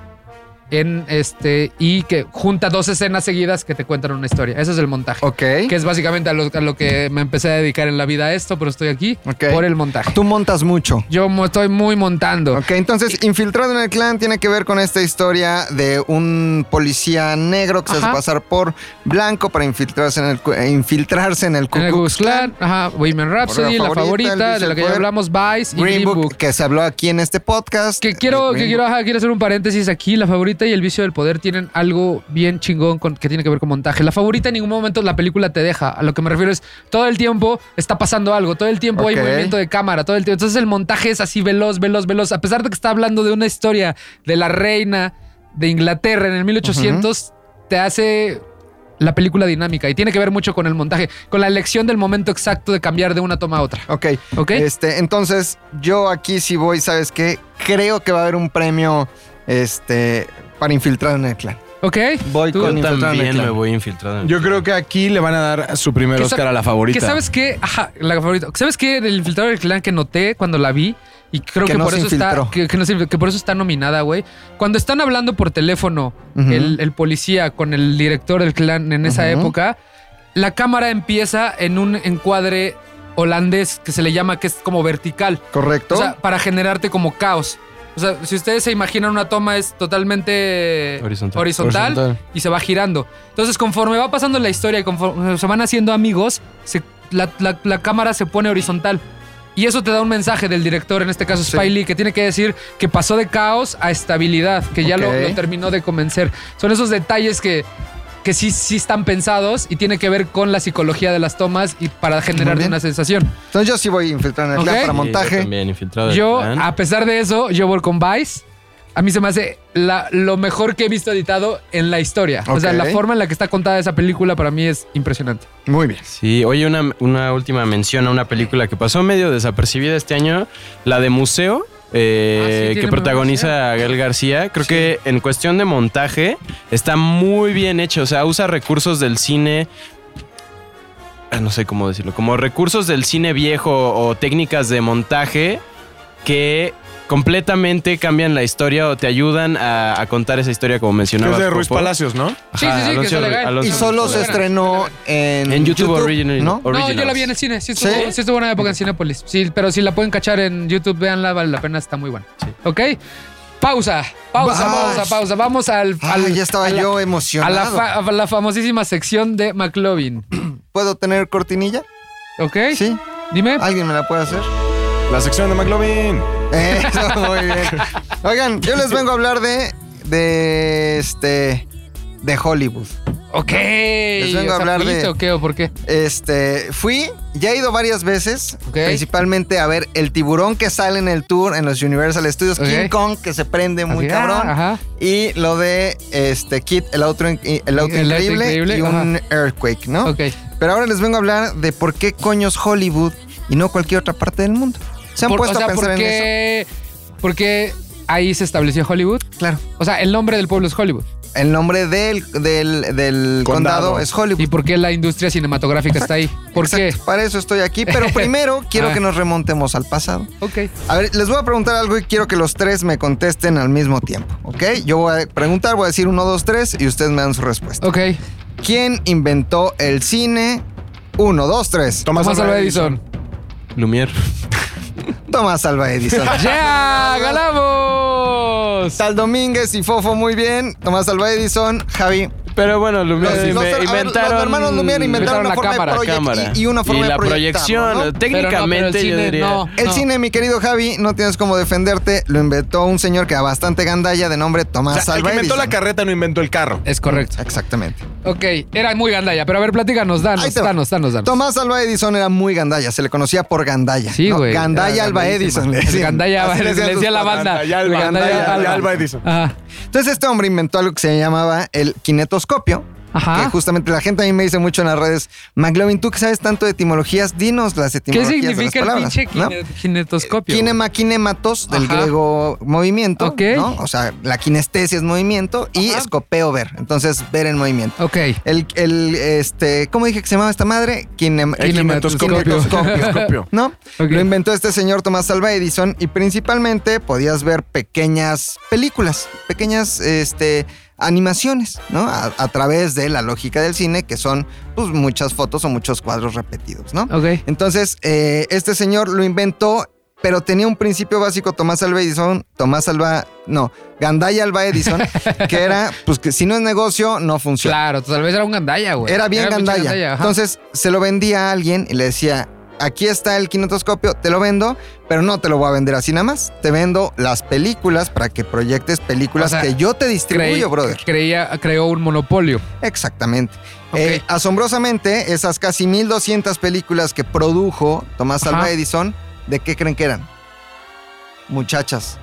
Speaker 2: en este y que junta dos escenas seguidas que te cuentan una historia. Eso es el montaje.
Speaker 3: Ok.
Speaker 2: Que es básicamente a lo, a lo que me empecé a dedicar en la vida a esto, pero estoy aquí
Speaker 3: Ok.
Speaker 2: por el montaje.
Speaker 3: Tú montas mucho.
Speaker 2: Yo mo- estoy muy montando.
Speaker 3: Ok, entonces, infiltrado en el clan tiene que ver con esta historia de un policía negro que se
Speaker 2: Ajá.
Speaker 3: hace pasar por blanco para infiltrarse en el, cu- eh, infiltrarse en el Ku
Speaker 2: En el Ku
Speaker 3: Klux
Speaker 2: Klux Klan, ajá, Women Rhapsody, la
Speaker 3: Favorita,
Speaker 2: favorita,
Speaker 3: El Vicio
Speaker 2: de la
Speaker 3: del
Speaker 2: que ya
Speaker 3: Poder,
Speaker 2: hablamos, Vice y
Speaker 3: Green Book, que se habló aquí en este podcast.
Speaker 2: Que quiero,
Speaker 3: Green
Speaker 2: que quiero, ajá, quiero hacer un paréntesis aquí. La favorita y el vicio del poder tienen algo bien chingón con- que tiene que ver con montaje. La favorita en ningún momento la película te deja. A lo que me refiero es todo el tiempo está pasando algo, todo el tiempo
Speaker 3: Ok.
Speaker 2: hay movimiento de cámara, todo el tiempo. Entonces el montaje es así veloz, veloz, veloz. A pesar de que está hablando de una historia de la reina de Inglaterra en el 1800, te hace la película dinámica y tiene que ver mucho con el montaje, con la elección del momento exacto de cambiar de una toma a otra.
Speaker 3: Book. Ok.
Speaker 2: ¿Ok?
Speaker 3: Este, entonces, yo aquí sí voy, ¿sabes qué? Creo que va a haber un premio este, para infiltrado en el clan.
Speaker 2: ¿Ok?
Speaker 3: Voy
Speaker 2: Tú-
Speaker 3: con infiltrado
Speaker 4: Yo
Speaker 3: en el
Speaker 4: también
Speaker 3: clan.
Speaker 4: me voy infiltrado. en el
Speaker 1: Yo
Speaker 4: clan.
Speaker 1: creo que aquí le van a dar su primer
Speaker 2: Que sa-
Speaker 1: Oscar a la favorita.
Speaker 2: Que sabes que, ajá, la favorita. ¿Sabes qué? El infiltrador del clan que noté cuando la vi y creo que,
Speaker 3: Que no
Speaker 2: por
Speaker 3: se
Speaker 2: eso está
Speaker 3: infiltró.
Speaker 2: que, que no se infil- que por eso está nominada, güey. Cuando están hablando por teléfono
Speaker 3: Ujú.
Speaker 2: el, el policía con el director del clan en esa
Speaker 3: Ujú.
Speaker 2: época, la cámara empieza en un encuadre holandés que se le llama que es como vertical.
Speaker 3: ¿Correcto?
Speaker 2: O sea, para generarte como caos. O sea, si ustedes se imaginan una toma es totalmente
Speaker 4: Horizontal.
Speaker 2: horizontal
Speaker 1: Horizontal.
Speaker 2: y se va girando. Entonces, conforme va pasando la historia y conforme se van haciendo amigos, se- la, la- la cámara se pone horizontal. Y eso te da un mensaje del director, en este caso
Speaker 3: Sí.
Speaker 2: Spiley, que tiene que decir que pasó de caos a estabilidad, que ya lo,
Speaker 3: Ok.
Speaker 2: lo terminó de convencer. Son esos detalles que, que sí, sí están pensados y tiene que ver con la psicología de las tomas y para generarte
Speaker 3: bien.
Speaker 2: una sensación.
Speaker 3: entonces, yo sí voy infiltrado en
Speaker 2: Ok.
Speaker 3: el clan para
Speaker 4: Sí, yo
Speaker 3: montaje.
Speaker 4: también infiltrado. en
Speaker 2: Yo,
Speaker 4: el clan.
Speaker 2: a pesar de eso, yo voy con Vice. A mí se me hace la- lo mejor que he visto editado en la historia. O sea,
Speaker 3: Ok.
Speaker 2: la forma en la que está contada esa película para mí es impresionante.
Speaker 3: Muy bien.
Speaker 4: Sí, oye, una, una última mención a una película que pasó medio desapercibida este año, la de Museo, eh,
Speaker 2: Ah, sí, tiene
Speaker 4: que
Speaker 2: muy
Speaker 4: protagoniza a Gael García. Creo que en cuestión de montaje está muy bien hecho, o sea, usa recursos del cine. ah, No sé cómo decirlo, como recursos del cine viejo o técnicas de montaje que completamente cambian la historia o te ayudan a, a contar esa historia como
Speaker 1: Que
Speaker 4: mencionabas.
Speaker 1: es de Ruiz
Speaker 4: Popo.
Speaker 1: Palacios, ¿no?
Speaker 2: Sí, sí, sí, que sale Gael.
Speaker 4: Alonso
Speaker 3: Y
Speaker 2: Entonces,
Speaker 3: solo
Speaker 4: Ruiz
Speaker 3: se
Speaker 4: Palacios.
Speaker 3: estrenó en,
Speaker 4: En YouTube Original.
Speaker 3: ¿no?
Speaker 2: No, yo la vi en el cine. Sí estuvo,
Speaker 3: ¿Sí?
Speaker 2: sí estuvo una época en Cinepolis. Sí, pero si la pueden cachar en YouTube, véanla, vale la pena, está muy buena. ¿Ok? Pausa, pausa,
Speaker 3: Vas.
Speaker 2: pausa, pausa. Vamos al.
Speaker 4: Ah,
Speaker 2: al-
Speaker 3: Ay, Ah, ya estaba
Speaker 2: a la-
Speaker 3: yo
Speaker 2: a la,
Speaker 3: emocionado.
Speaker 2: fa- a la famosísima sección de McLovin.
Speaker 3: ¿Puedo tener cortinilla?
Speaker 2: ¿Ok?
Speaker 3: Sí. Ah.
Speaker 2: Dime.
Speaker 3: ¿Alguien me la puede hacer?
Speaker 1: La sección de McLovin.
Speaker 3: Eso, muy bien. Oigan, yo les vengo a hablar de. de. este. de Hollywood.
Speaker 2: Ok.
Speaker 3: vengo a
Speaker 2: o sea,
Speaker 3: hablar de-
Speaker 2: ¿fuiste o qué o por qué?
Speaker 3: Este. Fui, ya he ido varias veces.
Speaker 2: Ok.
Speaker 3: Principalmente a ver el tiburón que sale en el tour en los Universal Studios.
Speaker 2: Ok.
Speaker 3: King Kong, que se prende muy
Speaker 2: Así, ah,
Speaker 3: cabrón.
Speaker 2: Ajá.
Speaker 3: Y lo de este Kit, el auto, in- el auto
Speaker 2: El auto
Speaker 3: increíble,
Speaker 2: increíble,
Speaker 3: y un earthquake, ¿no?
Speaker 2: Ok.
Speaker 3: Pero ahora les vengo a hablar de por qué coños Hollywood y no cualquier otra parte del mundo. ¿Se han
Speaker 2: Por- o
Speaker 3: puesto
Speaker 2: sea,
Speaker 3: a pensar
Speaker 2: ¿por
Speaker 3: en eso?
Speaker 2: qué, por qué ahí se estableció Hollywood?
Speaker 3: Claro.
Speaker 2: O sea, el nombre del pueblo es Hollywood.
Speaker 3: El nombre del, del, del condado.
Speaker 1: Condado.
Speaker 3: es Hollywood.
Speaker 2: ¿Y por qué la industria cinematográfica está ahí? ¿Por
Speaker 3: pues.
Speaker 2: Ah.
Speaker 3: Exacto, Para eso estoy aquí. Pero primero quiero que nos remontemos al pasado.
Speaker 2: qué? Ok.
Speaker 3: A ver, les voy a preguntar algo y quiero que los tres me contesten al mismo tiempo, ¿ok? Yo voy a preguntar, voy a decir uno, dos, tres y ustedes me dan su respuesta.
Speaker 2: Ok.
Speaker 3: ¿Quién inventó el cine? Uno, dos, tres.
Speaker 1: Tomás,
Speaker 2: Tomás Alva
Speaker 1: Alva
Speaker 2: Edison.
Speaker 4: Lumier.
Speaker 3: Tomás Alva Edison.
Speaker 2: ¡Ya! ¡Ganamos!
Speaker 3: Sal Domínguez y Fofo, muy bien. Tomás Alva Edison, Javi.
Speaker 4: Pero bueno, Lumier
Speaker 3: Los-
Speaker 4: inve-
Speaker 3: los- a ver, los
Speaker 4: inventaron.
Speaker 3: hermanos Lumière inventaron
Speaker 2: inventaron
Speaker 3: una
Speaker 2: la
Speaker 3: forma
Speaker 2: cámara,
Speaker 3: de proyect-
Speaker 4: cámara.
Speaker 3: y, y una forma de
Speaker 4: la
Speaker 3: proyectarlo,
Speaker 4: proyección. eh,
Speaker 3: ¿no?
Speaker 4: Técnicamente,
Speaker 2: Pero no, pero el
Speaker 4: yo
Speaker 2: cine,
Speaker 4: diría.
Speaker 2: eh, no.
Speaker 3: El cine, mi querido Javi, no tienes cómo defenderte. Lo inventó un señor que era bastante gandalla de nombre Tomás
Speaker 1: O sea, el
Speaker 3: Alva
Speaker 1: que inventó la
Speaker 3: Edison.
Speaker 1: carreta no inventó el carro.
Speaker 2: Es correcto.
Speaker 3: Exactamente.
Speaker 2: Ok, era muy gandalla, pero a ver, platícanos,
Speaker 3: Ahí
Speaker 2: danos,
Speaker 3: te va.
Speaker 2: danos, danos, danos.
Speaker 3: Tomás Alva Edison era muy gandalla, se le conocía por gandalla.
Speaker 2: Sí,
Speaker 3: ¿no?
Speaker 2: güey.
Speaker 3: Gandalla
Speaker 2: Era
Speaker 3: Alba
Speaker 2: grandísima.
Speaker 3: Edison. le
Speaker 2: El
Speaker 3: decían.
Speaker 2: Gandalla
Speaker 3: Así
Speaker 2: Alba-
Speaker 3: le decían
Speaker 2: le decía
Speaker 3: sus
Speaker 2: la banda.
Speaker 1: Gandalla Alba,
Speaker 2: El
Speaker 1: Gandalla
Speaker 2: Alba.
Speaker 1: Alba Edison.
Speaker 2: Ajá.
Speaker 3: Entonces este hombre inventó algo que se llamaba el kinetoscopio.
Speaker 2: Ajá.
Speaker 3: Que justamente la gente a mí me dice mucho en las redes, McLovin, tú que sabes tanto de etimologías, dinos las
Speaker 2: ¿Qué
Speaker 3: etimologías
Speaker 2: significa
Speaker 3: de
Speaker 2: el
Speaker 3: las palabras.
Speaker 2: pinche
Speaker 3: ¿no?
Speaker 2: kine- kinetoscopio?
Speaker 3: Kinema, kinematos, del
Speaker 2: Ajá.
Speaker 3: griego movimiento,
Speaker 2: Ok.
Speaker 3: ¿no? O sea, la kinestesia es movimiento y
Speaker 2: Ajá.
Speaker 3: escopeo ver, entonces ver en movimiento.
Speaker 2: Ok.
Speaker 3: El, el, este, ¿cómo dije que se llamaba esta madre? Kinem-
Speaker 1: El
Speaker 2: kinetoscopio.
Speaker 1: kinetoscopio.
Speaker 3: ¿No?
Speaker 2: Ok.
Speaker 3: Lo inventó este señor Tomás Alva Edison y principalmente podías ver pequeñas películas, pequeñas este, animaciones, ¿no? A, a través de la lógica del cine, que son pues, muchas fotos o muchos cuadros repetidos, ¿no?
Speaker 2: Ok.
Speaker 3: Entonces, eh, este señor lo inventó, pero tenía un principio básico Tomás Alva Edison, Tomás Alva, no, Gandaya Alva Edison, que era, pues que si no es negocio, no funciona.
Speaker 2: Claro, tal vez era un gandalla, güey.
Speaker 3: Era bien
Speaker 2: mucha
Speaker 3: gandalla.
Speaker 2: ajá.
Speaker 3: Entonces, se lo vendía a alguien y le decía, aquí está el kinetoscopio, te lo vendo, pero no te lo voy a vender así nada más. Te vendo las películas para que proyectes películas
Speaker 2: O sea,
Speaker 3: que yo te
Speaker 2: Creí-
Speaker 3: distribuyo, brother.
Speaker 2: Creía, creó un monopolio.
Speaker 3: Exactamente.
Speaker 2: Ok.
Speaker 3: Eh, asombrosamente, esas casi 1200 películas que produjo Tomás
Speaker 2: Ajá.
Speaker 3: Alva Edison, ¿de qué creen que eran? Muchachas.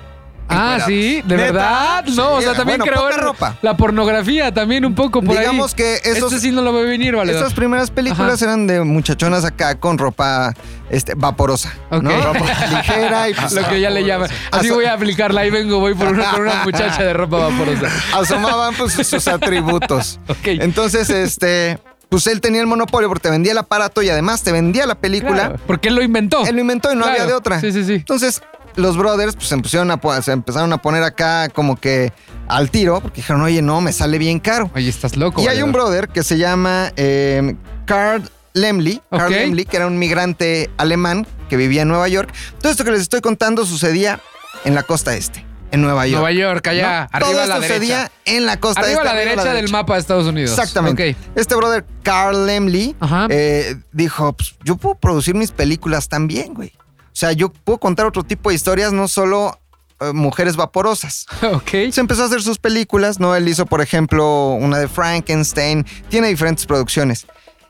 Speaker 2: Ah,
Speaker 3: encueradas.
Speaker 2: sí, de
Speaker 1: ¿Neta?
Speaker 2: verdad. No, o sea,
Speaker 3: Sí,
Speaker 2: también
Speaker 3: bueno,
Speaker 2: creó
Speaker 3: poca
Speaker 2: el-
Speaker 3: ropa.
Speaker 2: la pornografía también un poco por
Speaker 3: Digamos
Speaker 2: ahí.
Speaker 3: que
Speaker 2: Esto
Speaker 3: esos,
Speaker 2: Este sí no lo veo venir, vale.
Speaker 3: estas primeras películas eran de muchachonas acá con ropa este, vaporosa.
Speaker 2: Ok.
Speaker 3: ¿no? Ropa ligera y pues,
Speaker 2: Lo que ya le llaman. Así
Speaker 3: Aso-
Speaker 2: voy a aplicarla. Ahí vengo, voy por una, por una muchacha de ropa vaporosa.
Speaker 3: asomaban pues, sus atributos.
Speaker 2: Ok.
Speaker 3: Entonces, este, pues él tenía el monopolio porque te vendía el aparato y además te vendía la película.
Speaker 2: Claro, Porque él lo inventó.
Speaker 3: Él lo inventó y no
Speaker 2: Claro.
Speaker 3: había de otra.
Speaker 2: Sí, sí, sí.
Speaker 3: Entonces, los brothers pues, se, pusieron a po- se empezaron a poner acá como que al tiro, porque dijeron, oye, no, me sale bien caro.
Speaker 2: Oye, estás loco.
Speaker 3: Y hay
Speaker 2: valedor.
Speaker 3: un brother que se llama eh, Carl Lemley, Carl
Speaker 2: Ok.
Speaker 3: Lemley, que era un migrante alemán que vivía en Nueva York. Todo esto que les estoy contando sucedía en la costa este, en Nueva York.
Speaker 2: Nueva York, allá.
Speaker 3: ¿no?
Speaker 2: Arriba
Speaker 3: Todo
Speaker 2: a la
Speaker 3: esto sucedía
Speaker 2: derecha.
Speaker 3: en la costa
Speaker 2: Arriba a
Speaker 3: este.
Speaker 2: la derecha del mapa de Estados Unidos.
Speaker 3: Exactamente.
Speaker 2: Ok.
Speaker 3: Este brother, Carl Lemley,
Speaker 2: Ajá.
Speaker 3: eh, dijo, "Pues, yo puedo producir mis películas también, güey. O sea, yo puedo contar otro tipo de historias, no solo eh, mujeres vaporosas. Y
Speaker 2: ok.
Speaker 3: se empezó a hacer sus películas, ¿no? Él hizo, por ejemplo, una de Frankenstein, tiene diferentes producciones.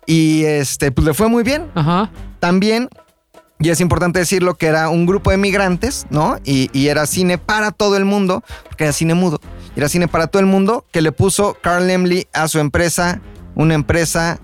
Speaker 3: Y este, pues le fue muy bien.
Speaker 2: Ajá.
Speaker 3: También, y es importante decirlo, que era un grupo de migrantes, ¿no? Y, y era cine para todo el mundo, porque era cine mudo. Era cine para todo el mundo que le puso Carl Emley a su empresa, una empresa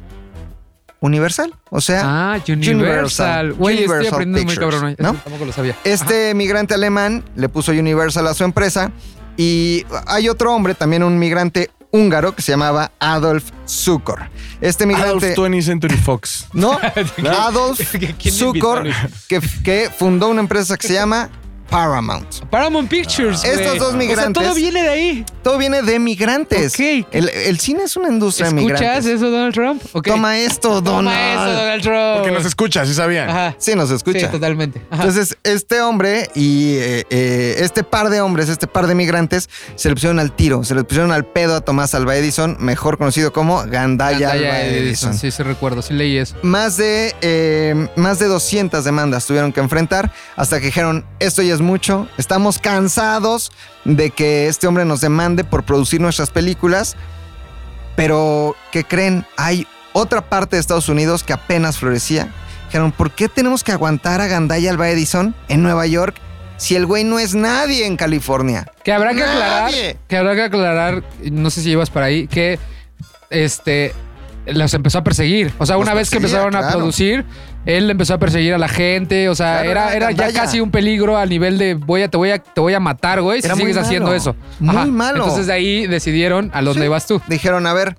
Speaker 3: universal. O sea,
Speaker 2: Ah,
Speaker 3: Universal.
Speaker 2: Universal. Güey, estoy
Speaker 3: Universal
Speaker 2: aprendiendo muy
Speaker 3: Pictures,
Speaker 2: cabrón. hoy.
Speaker 3: ¿no?
Speaker 2: Eso Tampoco lo sabía.
Speaker 3: este migrante alemán le puso Universal a su empresa. Y hay otro hombre, también un migrante húngaro, que se llamaba Adolf Zukor. Este
Speaker 1: Adolf
Speaker 3: migrante...
Speaker 1: 20th Century Fox.
Speaker 3: No,
Speaker 2: ¿No?
Speaker 3: Adolf
Speaker 2: ¿Quién invitó
Speaker 3: Zucker,
Speaker 2: a
Speaker 3: que, que fundó una empresa que se llama Paramount.
Speaker 2: Ajá. Paramount Pictures.
Speaker 3: Ah. Estos
Speaker 2: güey.
Speaker 3: dos
Speaker 2: O sea,
Speaker 3: migrantes-
Speaker 2: todo viene de ahí.
Speaker 3: Todo viene de migrantes.
Speaker 2: Ok.
Speaker 3: El, el cine es una industria de
Speaker 2: ¿Escuchas
Speaker 3: migrantes.
Speaker 2: eso, Donald Trump? Ok.
Speaker 3: Toma esto, Donald.
Speaker 2: Toma eso, Donald Trump.
Speaker 1: Porque nos escucha, sí sabían.
Speaker 2: Oh. Ajá.
Speaker 3: Sí, nos escucha.
Speaker 2: Sí, totalmente. Ajá.
Speaker 3: Entonces, este hombre y eh, eh, este par de hombres, este par de migrantes, se le pusieron al tiro, se le pusieron al pedo a Tomás Alva Edison, mejor conocido como Gandaya,
Speaker 2: Pantalla
Speaker 3: Alva
Speaker 2: de
Speaker 3: Edison.
Speaker 2: Edison. Sí, sí recuerdo, sí leí eso.
Speaker 3: Más de, eh, más de 200 demandas tuvieron que enfrentar hasta que dijeron, esto ya es es mucho. Estamos cansados de que este hombre nos demande por producir nuestras películas. Pero, ¿qué creen? Hay otra parte de Estados Unidos que apenas florecía. Dijeron, ¿por qué tenemos que aguantar a Gandaya y Alba Edison en Nueva York si el güey no es nadie en California?
Speaker 2: Que habrá que aclarar.
Speaker 3: Nadie.
Speaker 2: Que habrá que aclarar. No sé si llevas para ahí. Que este. Los empezó a perseguir. O sea,
Speaker 3: Los
Speaker 2: una vez que
Speaker 3: perseguía,
Speaker 2: empezaron a
Speaker 3: claro.
Speaker 2: producir, él empezó a perseguir a la gente. O sea,
Speaker 3: Claro,
Speaker 2: era,
Speaker 3: era
Speaker 2: era ya
Speaker 3: gandalla.
Speaker 2: casi un peligro al nivel de voy a, te voy a, te voy a matar, güey, si
Speaker 3: Era muy
Speaker 2: sigues haciendo
Speaker 3: malo,
Speaker 2: eso.
Speaker 3: muy malo.
Speaker 2: Entonces de ahí decidieron a dónde
Speaker 3: Sí.
Speaker 2: vas tú.
Speaker 3: Dijeron, a ver,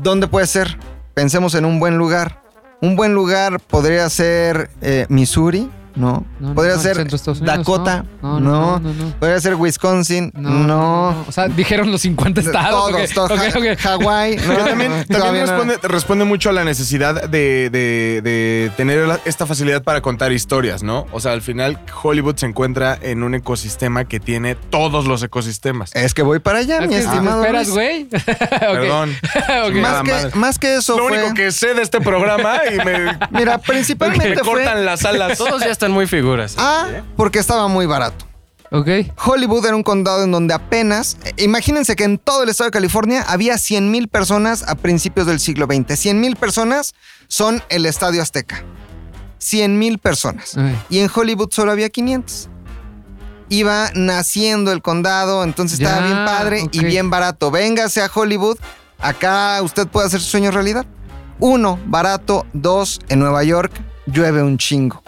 Speaker 3: ¿dónde puede ser? Pensemos en un buen lugar. Un buen lugar podría ser eh, Missouri, ¿no?
Speaker 2: No, no,
Speaker 3: podría
Speaker 2: no,
Speaker 3: ser
Speaker 2: centro de Estados Unidos,
Speaker 3: Dakota,
Speaker 2: No, no, no.
Speaker 3: no.
Speaker 2: no, no, no.
Speaker 3: podría ser Wisconsin,
Speaker 2: No,
Speaker 3: no.
Speaker 2: O sea, dijeron los 50 estados.
Speaker 3: Todos,
Speaker 2: ok,
Speaker 3: todos.
Speaker 2: ok,
Speaker 3: Ja-
Speaker 2: ok.
Speaker 3: Hawái. no,
Speaker 1: Pero también,
Speaker 3: no,
Speaker 1: también
Speaker 3: todavía no.
Speaker 1: responde, responde mucho a la necesidad de, de- de tener la- esta facilidad para contar historias, ¿no? O sea, al final Hollywood se encuentra en un ecosistema que tiene todos los ecosistemas.
Speaker 3: Es que voy para allá,
Speaker 2: Es
Speaker 3: mi
Speaker 2: que si me
Speaker 3: estimado.
Speaker 2: esperas,
Speaker 3: Luis.
Speaker 2: güey. Ok,
Speaker 1: Perdón.
Speaker 2: ok.
Speaker 1: Ma-
Speaker 3: Más
Speaker 1: Nada
Speaker 3: que,
Speaker 1: madre.
Speaker 3: más que eso
Speaker 1: Lo
Speaker 3: fue-
Speaker 1: único que sé de este programa y me, me
Speaker 3: Mira, principalmente fue...
Speaker 1: cortan las alas.
Speaker 4: Todos ya están muy figuras.
Speaker 3: A, porque estaba muy barato.
Speaker 2: Ok.
Speaker 3: Hollywood era un condado en donde apenas, eh, imagínense que en todo el estado de California había 100 mil personas a principios del siglo XX. 100 mil personas son el Estadio Azteca. 100 mil personas.
Speaker 2: Ay.
Speaker 3: Y en Hollywood solo había 500. Iba naciendo el condado, entonces
Speaker 2: Ya,
Speaker 3: estaba bien padre
Speaker 2: ok.
Speaker 3: y bien barato. Véngase a Hollywood, acá usted puede hacer su sueño realidad. Uno, barato. Dos, en Nueva York llueve un chingo.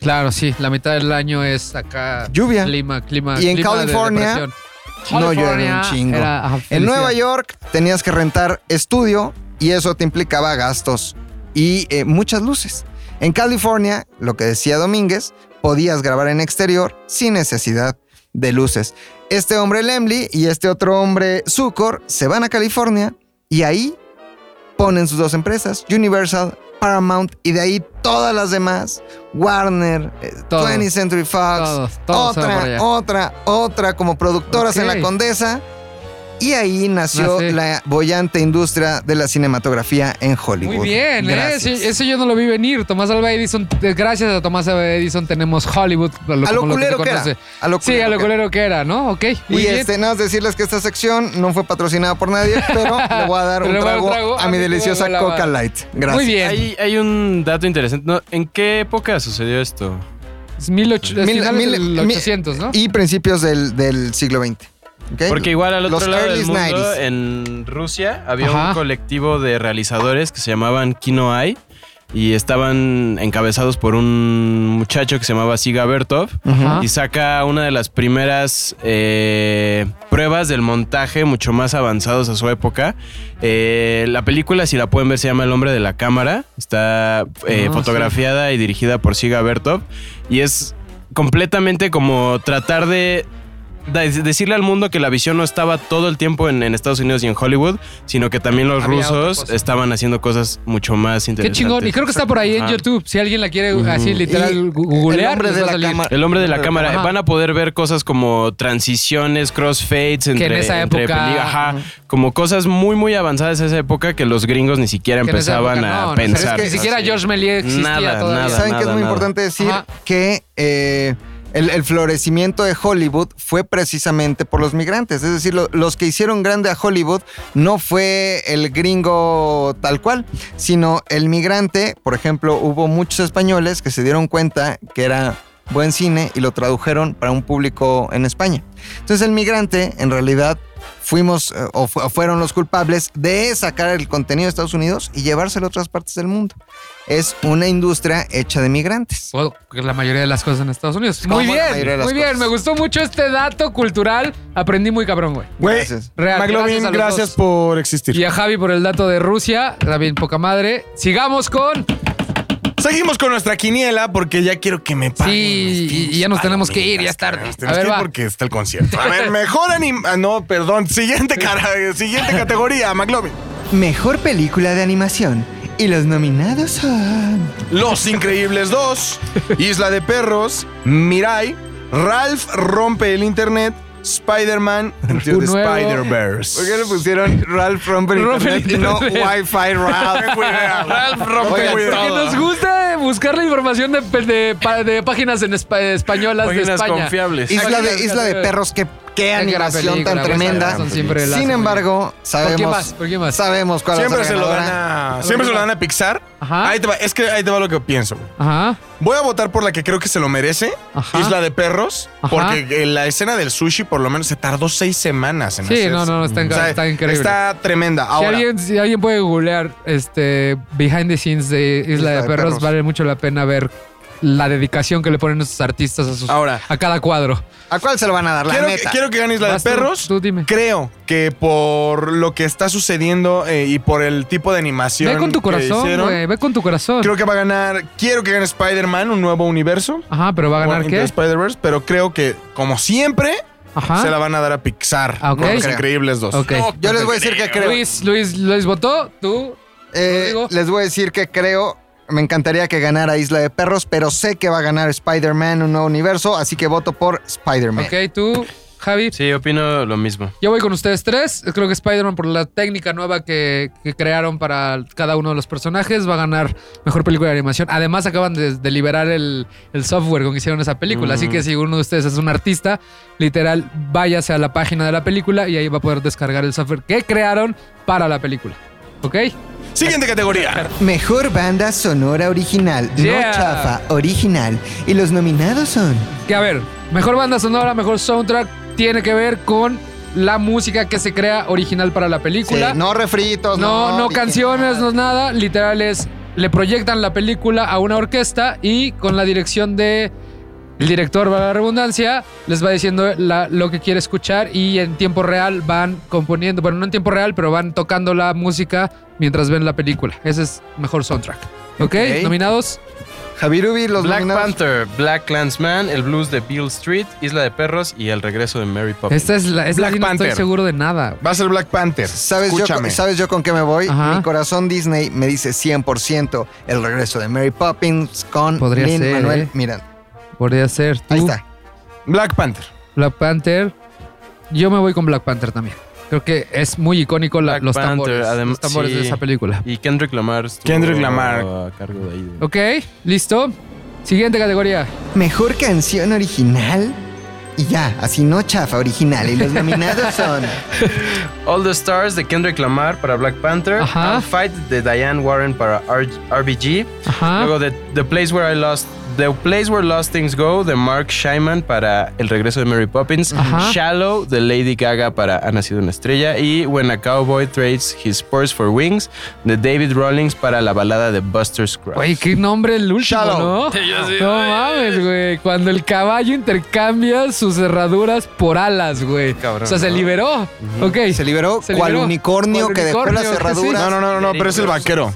Speaker 2: Claro, sí. La mitad del año es acá.
Speaker 3: Lluvia.
Speaker 2: Clima, clima.
Speaker 3: Y en
Speaker 2: clima de
Speaker 3: California,
Speaker 2: depresión.
Speaker 3: no llueve un
Speaker 2: California
Speaker 3: chingo.
Speaker 2: era- ajá,
Speaker 3: En
Speaker 2: felicidad.
Speaker 3: Nueva York tenías que rentar estudio y eso te implicaba gastos y eh, muchas luces. En California, lo que decía Domínguez, podías grabar en exterior sin necesidad de luces. Este hombre Lemley y este otro hombre Zucor se van a California y ahí ponen sus dos empresas, Universal, Paramount y de ahí todas las demás, Warner, eh,
Speaker 2: Todo.
Speaker 3: 20th Century Fox,
Speaker 2: Todos, todos se van por
Speaker 3: otra,
Speaker 2: allá.
Speaker 3: otra, otra como productoras en
Speaker 2: Ok.
Speaker 3: la Condesa. Y ahí nació
Speaker 2: Nací.
Speaker 3: la bollante industria de la cinematografía en Hollywood.
Speaker 2: Muy bien, ¿eh?
Speaker 3: Gracias.
Speaker 2: Ese- Eso yo no lo vi venir. Tomás Alba Edison, te- gracias a Tomás Alba Edison tenemos Hollywood.
Speaker 3: A lo
Speaker 2: como se
Speaker 3: culero que era.
Speaker 2: conoce.
Speaker 3: A lo
Speaker 2: Sí, a lo
Speaker 3: que era.
Speaker 2: culero que era, ¿no? Ok. muy
Speaker 3: Y
Speaker 2: bien.
Speaker 3: este, nada más decirles que esta sección no fue patrocinada por nadie, pero le voy a dar
Speaker 2: Le
Speaker 3: un
Speaker 2: voy a dar
Speaker 3: trago, a mi
Speaker 2: que me
Speaker 3: deliciosa
Speaker 2: vuelva la
Speaker 3: Coca
Speaker 2: mano.
Speaker 3: Light. Gracias.
Speaker 2: Muy bien.
Speaker 4: Hay, hay un dato interesante. No, ¿En qué época sucedió esto?
Speaker 2: Es mil och- es
Speaker 3: Mil-
Speaker 2: finales
Speaker 3: mil-
Speaker 2: del
Speaker 3: mil-
Speaker 2: 800, ¿no?
Speaker 3: Y principios del, del siglo XX. ¿ok?
Speaker 4: Porque igual al otro
Speaker 3: Los
Speaker 4: lado
Speaker 3: early
Speaker 4: del mundo, eh,
Speaker 3: 90s.
Speaker 4: en Rusia, había
Speaker 2: Ajá.
Speaker 4: un colectivo de realizadores que se llamaban Kinoai y estaban encabezados por un muchacho que se llamaba Siga Bertov
Speaker 2: Ajá.
Speaker 4: y saca una de las primeras eh, pruebas del montaje mucho más avanzados a su época. Eh, la película, si la pueden ver, se llama El hombre de la cámara. Está eh,
Speaker 2: Ah,
Speaker 4: fotografiada y dirigida por Siga Bertov y es completamente como tratar de de- decirle al mundo que la visión no estaba todo el tiempo en, en Estados Unidos y en Hollywood, sino que también los
Speaker 2: Había otra
Speaker 4: rusos
Speaker 2: cosa.
Speaker 4: estaban haciendo cosas mucho más
Speaker 2: Qué
Speaker 4: interesantes.
Speaker 2: chingón. Y creo que está por ahí en
Speaker 4: Ajá.
Speaker 2: YouTube. Si alguien la quiere
Speaker 4: Ujú.
Speaker 2: así
Speaker 3: Y
Speaker 2: literal gu- googlear,
Speaker 3: hombre
Speaker 2: les
Speaker 3: de
Speaker 2: va a
Speaker 3: la
Speaker 2: salir.
Speaker 3: cámara.
Speaker 4: El hombre de la cámara.
Speaker 2: Ajá.
Speaker 4: Van a poder ver cosas como transiciones, crossfades entre,
Speaker 2: esa
Speaker 4: entre
Speaker 2: época-
Speaker 4: peli- Ajá. Como cosas muy, muy avanzadas de esa época que los gringos ni siquiera
Speaker 2: Que en esa
Speaker 4: empezaban
Speaker 2: época
Speaker 4: a
Speaker 2: no, no, pero es
Speaker 4: pensar.
Speaker 2: que ni siquiera
Speaker 4: así.
Speaker 2: George Méliès existía
Speaker 4: Nada,
Speaker 2: todavía.
Speaker 4: nada.
Speaker 3: ¿Saben que es muy
Speaker 4: nada.
Speaker 3: importante decir?
Speaker 2: Ajá.
Speaker 3: Que eh, el, el florecimiento de Hollywood fue precisamente por los migrantes. Es decir, lo- los que hicieron grande a Hollywood no fue el gringo tal cual, sino el migrante. Por ejemplo, hubo muchos españoles que se dieron cuenta que era buen cine y lo tradujeron para un público en España. Entonces el migrante, en realidad, fuimos eh, o, fu- o fueron los culpables de sacar el contenido de Estados Unidos y llevárselo a otras partes del mundo. Es una industria hecha de migrantes.
Speaker 2: O la mayoría de las cosas en Estados Unidos.
Speaker 3: Como
Speaker 2: Muy
Speaker 3: la
Speaker 2: bien, muy
Speaker 3: mayoría de las
Speaker 2: bien.
Speaker 3: cosas.
Speaker 2: Me gustó mucho este dato cultural. Aprendí muy cabrón, güey.
Speaker 1: Güey,
Speaker 3: Gracias.
Speaker 2: Real,
Speaker 1: McLovin,
Speaker 2: a
Speaker 1: gracias,
Speaker 2: los dos.
Speaker 1: por existir.
Speaker 2: Y a Javi por el dato de Rusia. También poca madre. Sigamos con.
Speaker 1: Seguimos con nuestra quiniela porque ya quiero que me paguen.
Speaker 2: Sí,
Speaker 1: mis
Speaker 2: y- y ya nos
Speaker 1: pinches
Speaker 2: tenemos que ir, ya es
Speaker 1: palomitas,
Speaker 2: tarde.
Speaker 1: cabrón. Nos
Speaker 2: A ver,
Speaker 1: tenemos que ir
Speaker 2: va.
Speaker 1: porque está el concierto. A ver, mejor anim... ah, no, perdón. Siguiente, cara... Siguiente categoría, McLovin.
Speaker 3: Mejor película de animación. Y los nominados son.
Speaker 1: Los Increíbles 2, Isla de Perros, Mirai, Ralph rompe el internet, Spider-Man into
Speaker 2: Un
Speaker 1: the
Speaker 2: nuevo-
Speaker 1: Spider-Verse.
Speaker 3: ¿Por qué le pusieron Ralph Romper
Speaker 2: Romper
Speaker 3: Internet? No
Speaker 2: Internet.
Speaker 3: Wi-Fi Ralph.
Speaker 4: Ralph rompe
Speaker 3: Oigan,
Speaker 4: todo.
Speaker 2: Porque nos gusta buscar la información de, de pa- de páginas en espa- españolas de
Speaker 4: Páginas
Speaker 2: España.
Speaker 4: confiables.
Speaker 3: Isla de,
Speaker 2: Aquí,
Speaker 3: Isla de
Speaker 2: aquí,
Speaker 3: Perros, qué, qué
Speaker 2: gran
Speaker 3: animación
Speaker 2: película,
Speaker 3: tan
Speaker 2: güey,
Speaker 3: tremenda.
Speaker 2: son siempre las-
Speaker 3: Sin
Speaker 2: ¿Por
Speaker 3: embargo,
Speaker 2: quién
Speaker 3: sabemos,
Speaker 2: más? ¿Por quién más?
Speaker 3: sabemos cuál
Speaker 1: Siempre
Speaker 3: es la
Speaker 1: se lo dan
Speaker 3: ganadora.
Speaker 1: a. Siempre se lo dan a Pixar.
Speaker 2: Ajá.
Speaker 1: Ahí te va. Es que ahí te va lo que pienso, güey.
Speaker 2: Ajá.
Speaker 1: Voy a votar por la que creo que se lo merece,
Speaker 2: Ajá.
Speaker 1: Isla de Perros,
Speaker 2: Ajá.
Speaker 1: porque eh, la escena del sushi por lo menos se tardó seis semanas en
Speaker 2: Sí,
Speaker 1: hacerse.
Speaker 2: no, no, no, está,
Speaker 1: O sea,
Speaker 2: está increíble.
Speaker 1: Está tremenda.
Speaker 2: si,
Speaker 1: Ahora,
Speaker 2: alguien, si alguien puede googlear este behind the scenes de Isla, de, Perros, vale mucho la pena ver la dedicación que le ponen nuestros artistas a sus
Speaker 1: ahora
Speaker 2: a cada cuadro.
Speaker 3: ¿A cuál se lo van a dar? La
Speaker 1: quiero,
Speaker 3: neta.
Speaker 1: quiero que gane Isla de
Speaker 2: Vas tú,
Speaker 1: Perros.
Speaker 2: Tú, dime.
Speaker 1: Creo que por lo que está sucediendo eh, y por el tipo de animación.
Speaker 2: Ve con tu
Speaker 1: que
Speaker 2: corazón,
Speaker 1: hicieron,
Speaker 2: güey. Ve con tu corazón.
Speaker 1: Creo que va a ganar. Quiero que gane Spider-Man, un nuevo universo.
Speaker 2: Ajá, pero va a ganar
Speaker 1: Into
Speaker 2: qué?
Speaker 1: the Spider-Verse, pero creo que, como siempre,
Speaker 2: Ajá.
Speaker 1: se la van a dar a Pixar.
Speaker 2: Ah, ok.
Speaker 1: con los
Speaker 3: Creo.
Speaker 1: increíbles dos.
Speaker 2: Ok.
Speaker 3: Yo les voy a decir que creo.
Speaker 2: Luis, Luis, Luis votó, tú.
Speaker 3: Eh,
Speaker 2: Rodrigo.
Speaker 3: les voy a decir que creo. Me encantaría que ganara Isla de Perros, pero sé que va a ganar Spider-Man un nuevo universo, así que voto por Spider-Man.
Speaker 2: Ok, tú, Javi.
Speaker 4: Sí, opino lo mismo.
Speaker 2: Yo voy con ustedes tres. Creo que Spider-Man, por la técnica nueva que, que crearon para cada uno de los personajes, va a ganar mejor película de animación. Además, acaban de, de liberar el, el software con que hicieron esa película. Así que si uno de ustedes es un artista, literal, váyase a la página de la película y ahí va a poder descargar el software que crearon para la película. ¿Ok?
Speaker 1: Siguiente categoría.
Speaker 3: Mejor banda sonora original,
Speaker 2: Yeah.
Speaker 3: no chafa, original. Y los nominados son.
Speaker 2: Que a ver, mejor banda sonora, mejor soundtrack, tiene que ver con la música que se crea original para la película.
Speaker 3: Sí, no refritos,
Speaker 2: No, no,
Speaker 3: dije
Speaker 2: canciones,
Speaker 3: nada.
Speaker 2: no nada. Literal es, le proyectan la película a una orquesta y con la dirección de el director, para la redundancia, les va diciendo la- lo que quiere escuchar y en tiempo real van componiendo, bueno, no en tiempo real, pero van tocando la música mientras ven la película. Ese es mejor soundtrack. ¿Ok?
Speaker 3: Ok.
Speaker 2: ¿Nominados?
Speaker 3: Javier Ubi, los
Speaker 4: Black
Speaker 3: nominados.
Speaker 4: Panther, Black Clansman, El Blues de Beale Street, Isla de Perros y El Regreso de Mary Poppins.
Speaker 2: Esta es la... Esta
Speaker 1: Black
Speaker 2: sí no estoy
Speaker 1: Panther.
Speaker 2: seguro de nada.
Speaker 1: Va a ser Black Panther.
Speaker 3: ¿Sabes yo,
Speaker 1: Escúchame.
Speaker 3: con- ¿Sabes yo con qué me voy?
Speaker 2: Ajá.
Speaker 3: Mi corazón Disney me dice 100% el regreso de Mary Poppins con
Speaker 2: Podría
Speaker 3: Lin
Speaker 2: ser,
Speaker 3: Manuel
Speaker 2: ¿eh?
Speaker 3: Miranda.
Speaker 2: Podría ser tú,
Speaker 3: Ahí está.
Speaker 1: Black Panther.
Speaker 2: Black Panther. Yo me voy con Black Panther también. Creo que es muy icónico la-
Speaker 4: Black
Speaker 2: los
Speaker 4: Panther,
Speaker 2: tambores,
Speaker 4: adem-
Speaker 2: los tambores de
Speaker 4: sí.
Speaker 2: esa película.
Speaker 4: Y Kendrick Lamar. estuvo
Speaker 1: Kendrick Lamar.
Speaker 4: A cargo de ahí. de-
Speaker 2: Ok, listo. Siguiente categoría.
Speaker 3: Mejor canción original. Y ya, así no chafa, original. Y los nominados son.
Speaker 4: All the Stars de Kendrick Lamar para Black Panther.
Speaker 2: Ajá.
Speaker 4: I'll Fight de Diane Warren para R- RBG.
Speaker 2: Ajá.
Speaker 4: Luego de The Place Where I Lost. The Place Where Lost Things Go de Mark Shyman para El Regreso de Mary Poppins.
Speaker 2: Ajá.
Speaker 4: Shallow de Lady Gaga para Ha Nacido una Estrella. Y When a Cowboy Trades His Spurs for Wings de David Rawlings para la balada de Buster Scruggs.
Speaker 2: Güey, qué nombre el último, ¿no? No mames, güey. Cuando el caballo intercambia sus herraduras por alas, güey.
Speaker 4: Cabrón,
Speaker 2: o sea, se
Speaker 4: ¿no?
Speaker 2: liberó. Ok.
Speaker 3: Se liberó
Speaker 2: Se
Speaker 3: cual
Speaker 2: liberó.
Speaker 3: unicornio
Speaker 2: Cual
Speaker 3: que dejó las
Speaker 2: unicornio, sí, sí.
Speaker 3: cerraduras.
Speaker 1: No, no, no, no, no, pero es el vaquero.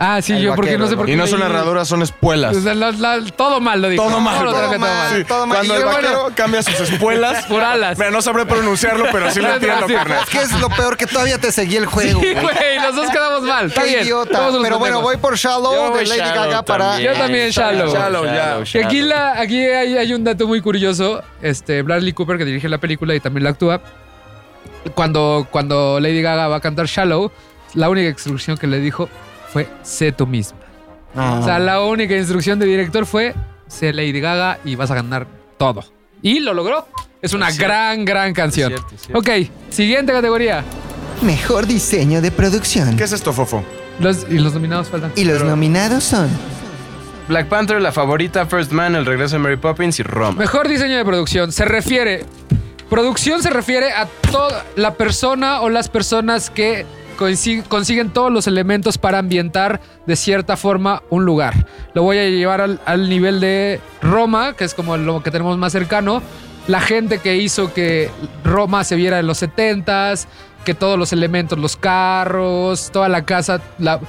Speaker 2: Ah, sí,
Speaker 3: El
Speaker 2: yo porque
Speaker 3: vaquero,
Speaker 2: no sé
Speaker 3: el
Speaker 2: por qué.
Speaker 1: Y no son
Speaker 2: leí-
Speaker 1: herraduras, son espuelas.
Speaker 2: O sea, la- la- todo mal lo dijo.
Speaker 1: Todo mal,
Speaker 2: lo
Speaker 1: todo
Speaker 2: creo que
Speaker 3: mal.
Speaker 1: Sí,
Speaker 3: Todo mal.
Speaker 1: Cuando
Speaker 3: Y
Speaker 1: el
Speaker 3: bueno.
Speaker 1: vaquero cambia sus espuelas.
Speaker 2: Por alas.
Speaker 1: Mira, no sabré pronunciarlo, pero sí lo entiendo,
Speaker 2: Gracias.
Speaker 1: carnal.
Speaker 3: Es que es lo peor que todavía te seguí el juego.
Speaker 2: Sí,
Speaker 3: güey.
Speaker 2: güey, los dos quedamos mal. Está
Speaker 3: Qué
Speaker 2: bien.
Speaker 3: idiota.
Speaker 2: todos los
Speaker 3: Pero bueno,
Speaker 2: pendejos.
Speaker 3: voy por Shallow de Lady Gaga para.
Speaker 2: Yo también, Shallow.
Speaker 1: Shallow, ya.
Speaker 2: Que aquí, la, aquí hay, hay un dato muy curioso. Este, Bradley Cooper, que dirige la película y también la actúa, cuando, cuando Lady Gaga va a cantar Shallow, la única instrucción que le dijo fue sé tú misma.
Speaker 3: Ah.
Speaker 2: O sea, la única instrucción del director fue sé Lady Gaga y vas a ganar todo. Y lo logró. Es una
Speaker 4: Es cierto.
Speaker 2: gran, gran canción.
Speaker 4: Es cierto, es cierto.
Speaker 2: Ok, siguiente categoría.
Speaker 3: Mejor diseño de producción.
Speaker 1: ¿Qué es esto, Fofo?
Speaker 2: Los, y los nominados faltan.
Speaker 3: Y los nominados son.
Speaker 4: Black Panther, La Favorita, First Man, El Regreso de Mary Poppins y Roma.
Speaker 2: Mejor diseño de producción se refiere. Producción se refiere a toda la persona o las personas que coinci- consiguen todos los elementos para ambientar de cierta forma un lugar. Lo voy a llevar al, al nivel de Roma, que es como lo que tenemos más cercano. La gente que hizo que Roma se viera en los 70s, que todos los elementos, los carros, toda la casa, la,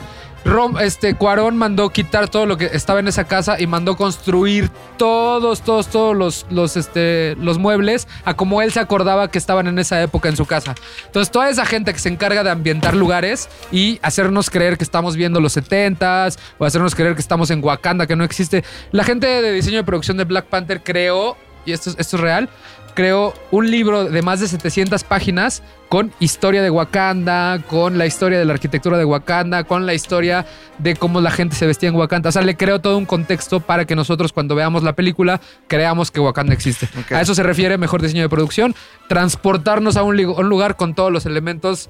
Speaker 2: Rom, este, Cuarón mandó quitar todo lo que estaba en esa casa y mandó construir todos, todos, todos los, los, este, los muebles a como él se acordaba que estaban en esa época en su casa. Entonces, toda esa gente que se encarga de ambientar lugares y hacernos creer que estamos viendo los 70s o hacernos creer que estamos en Wakanda, que no existe. La gente de diseño y producción de Black Panther creó y esto, es- esto es real, creó un libro de más de 700 páginas con historia de Wakanda, con la historia de la arquitectura de Wakanda, con la historia de cómo la gente se vestía en Wakanda. O sea, le creó todo un contexto para que nosotros cuando veamos la película creamos que Wakanda existe.
Speaker 3: Ok.
Speaker 2: A eso se refiere mejor diseño de producción, transportarnos a un, li- un lugar con todos los elementos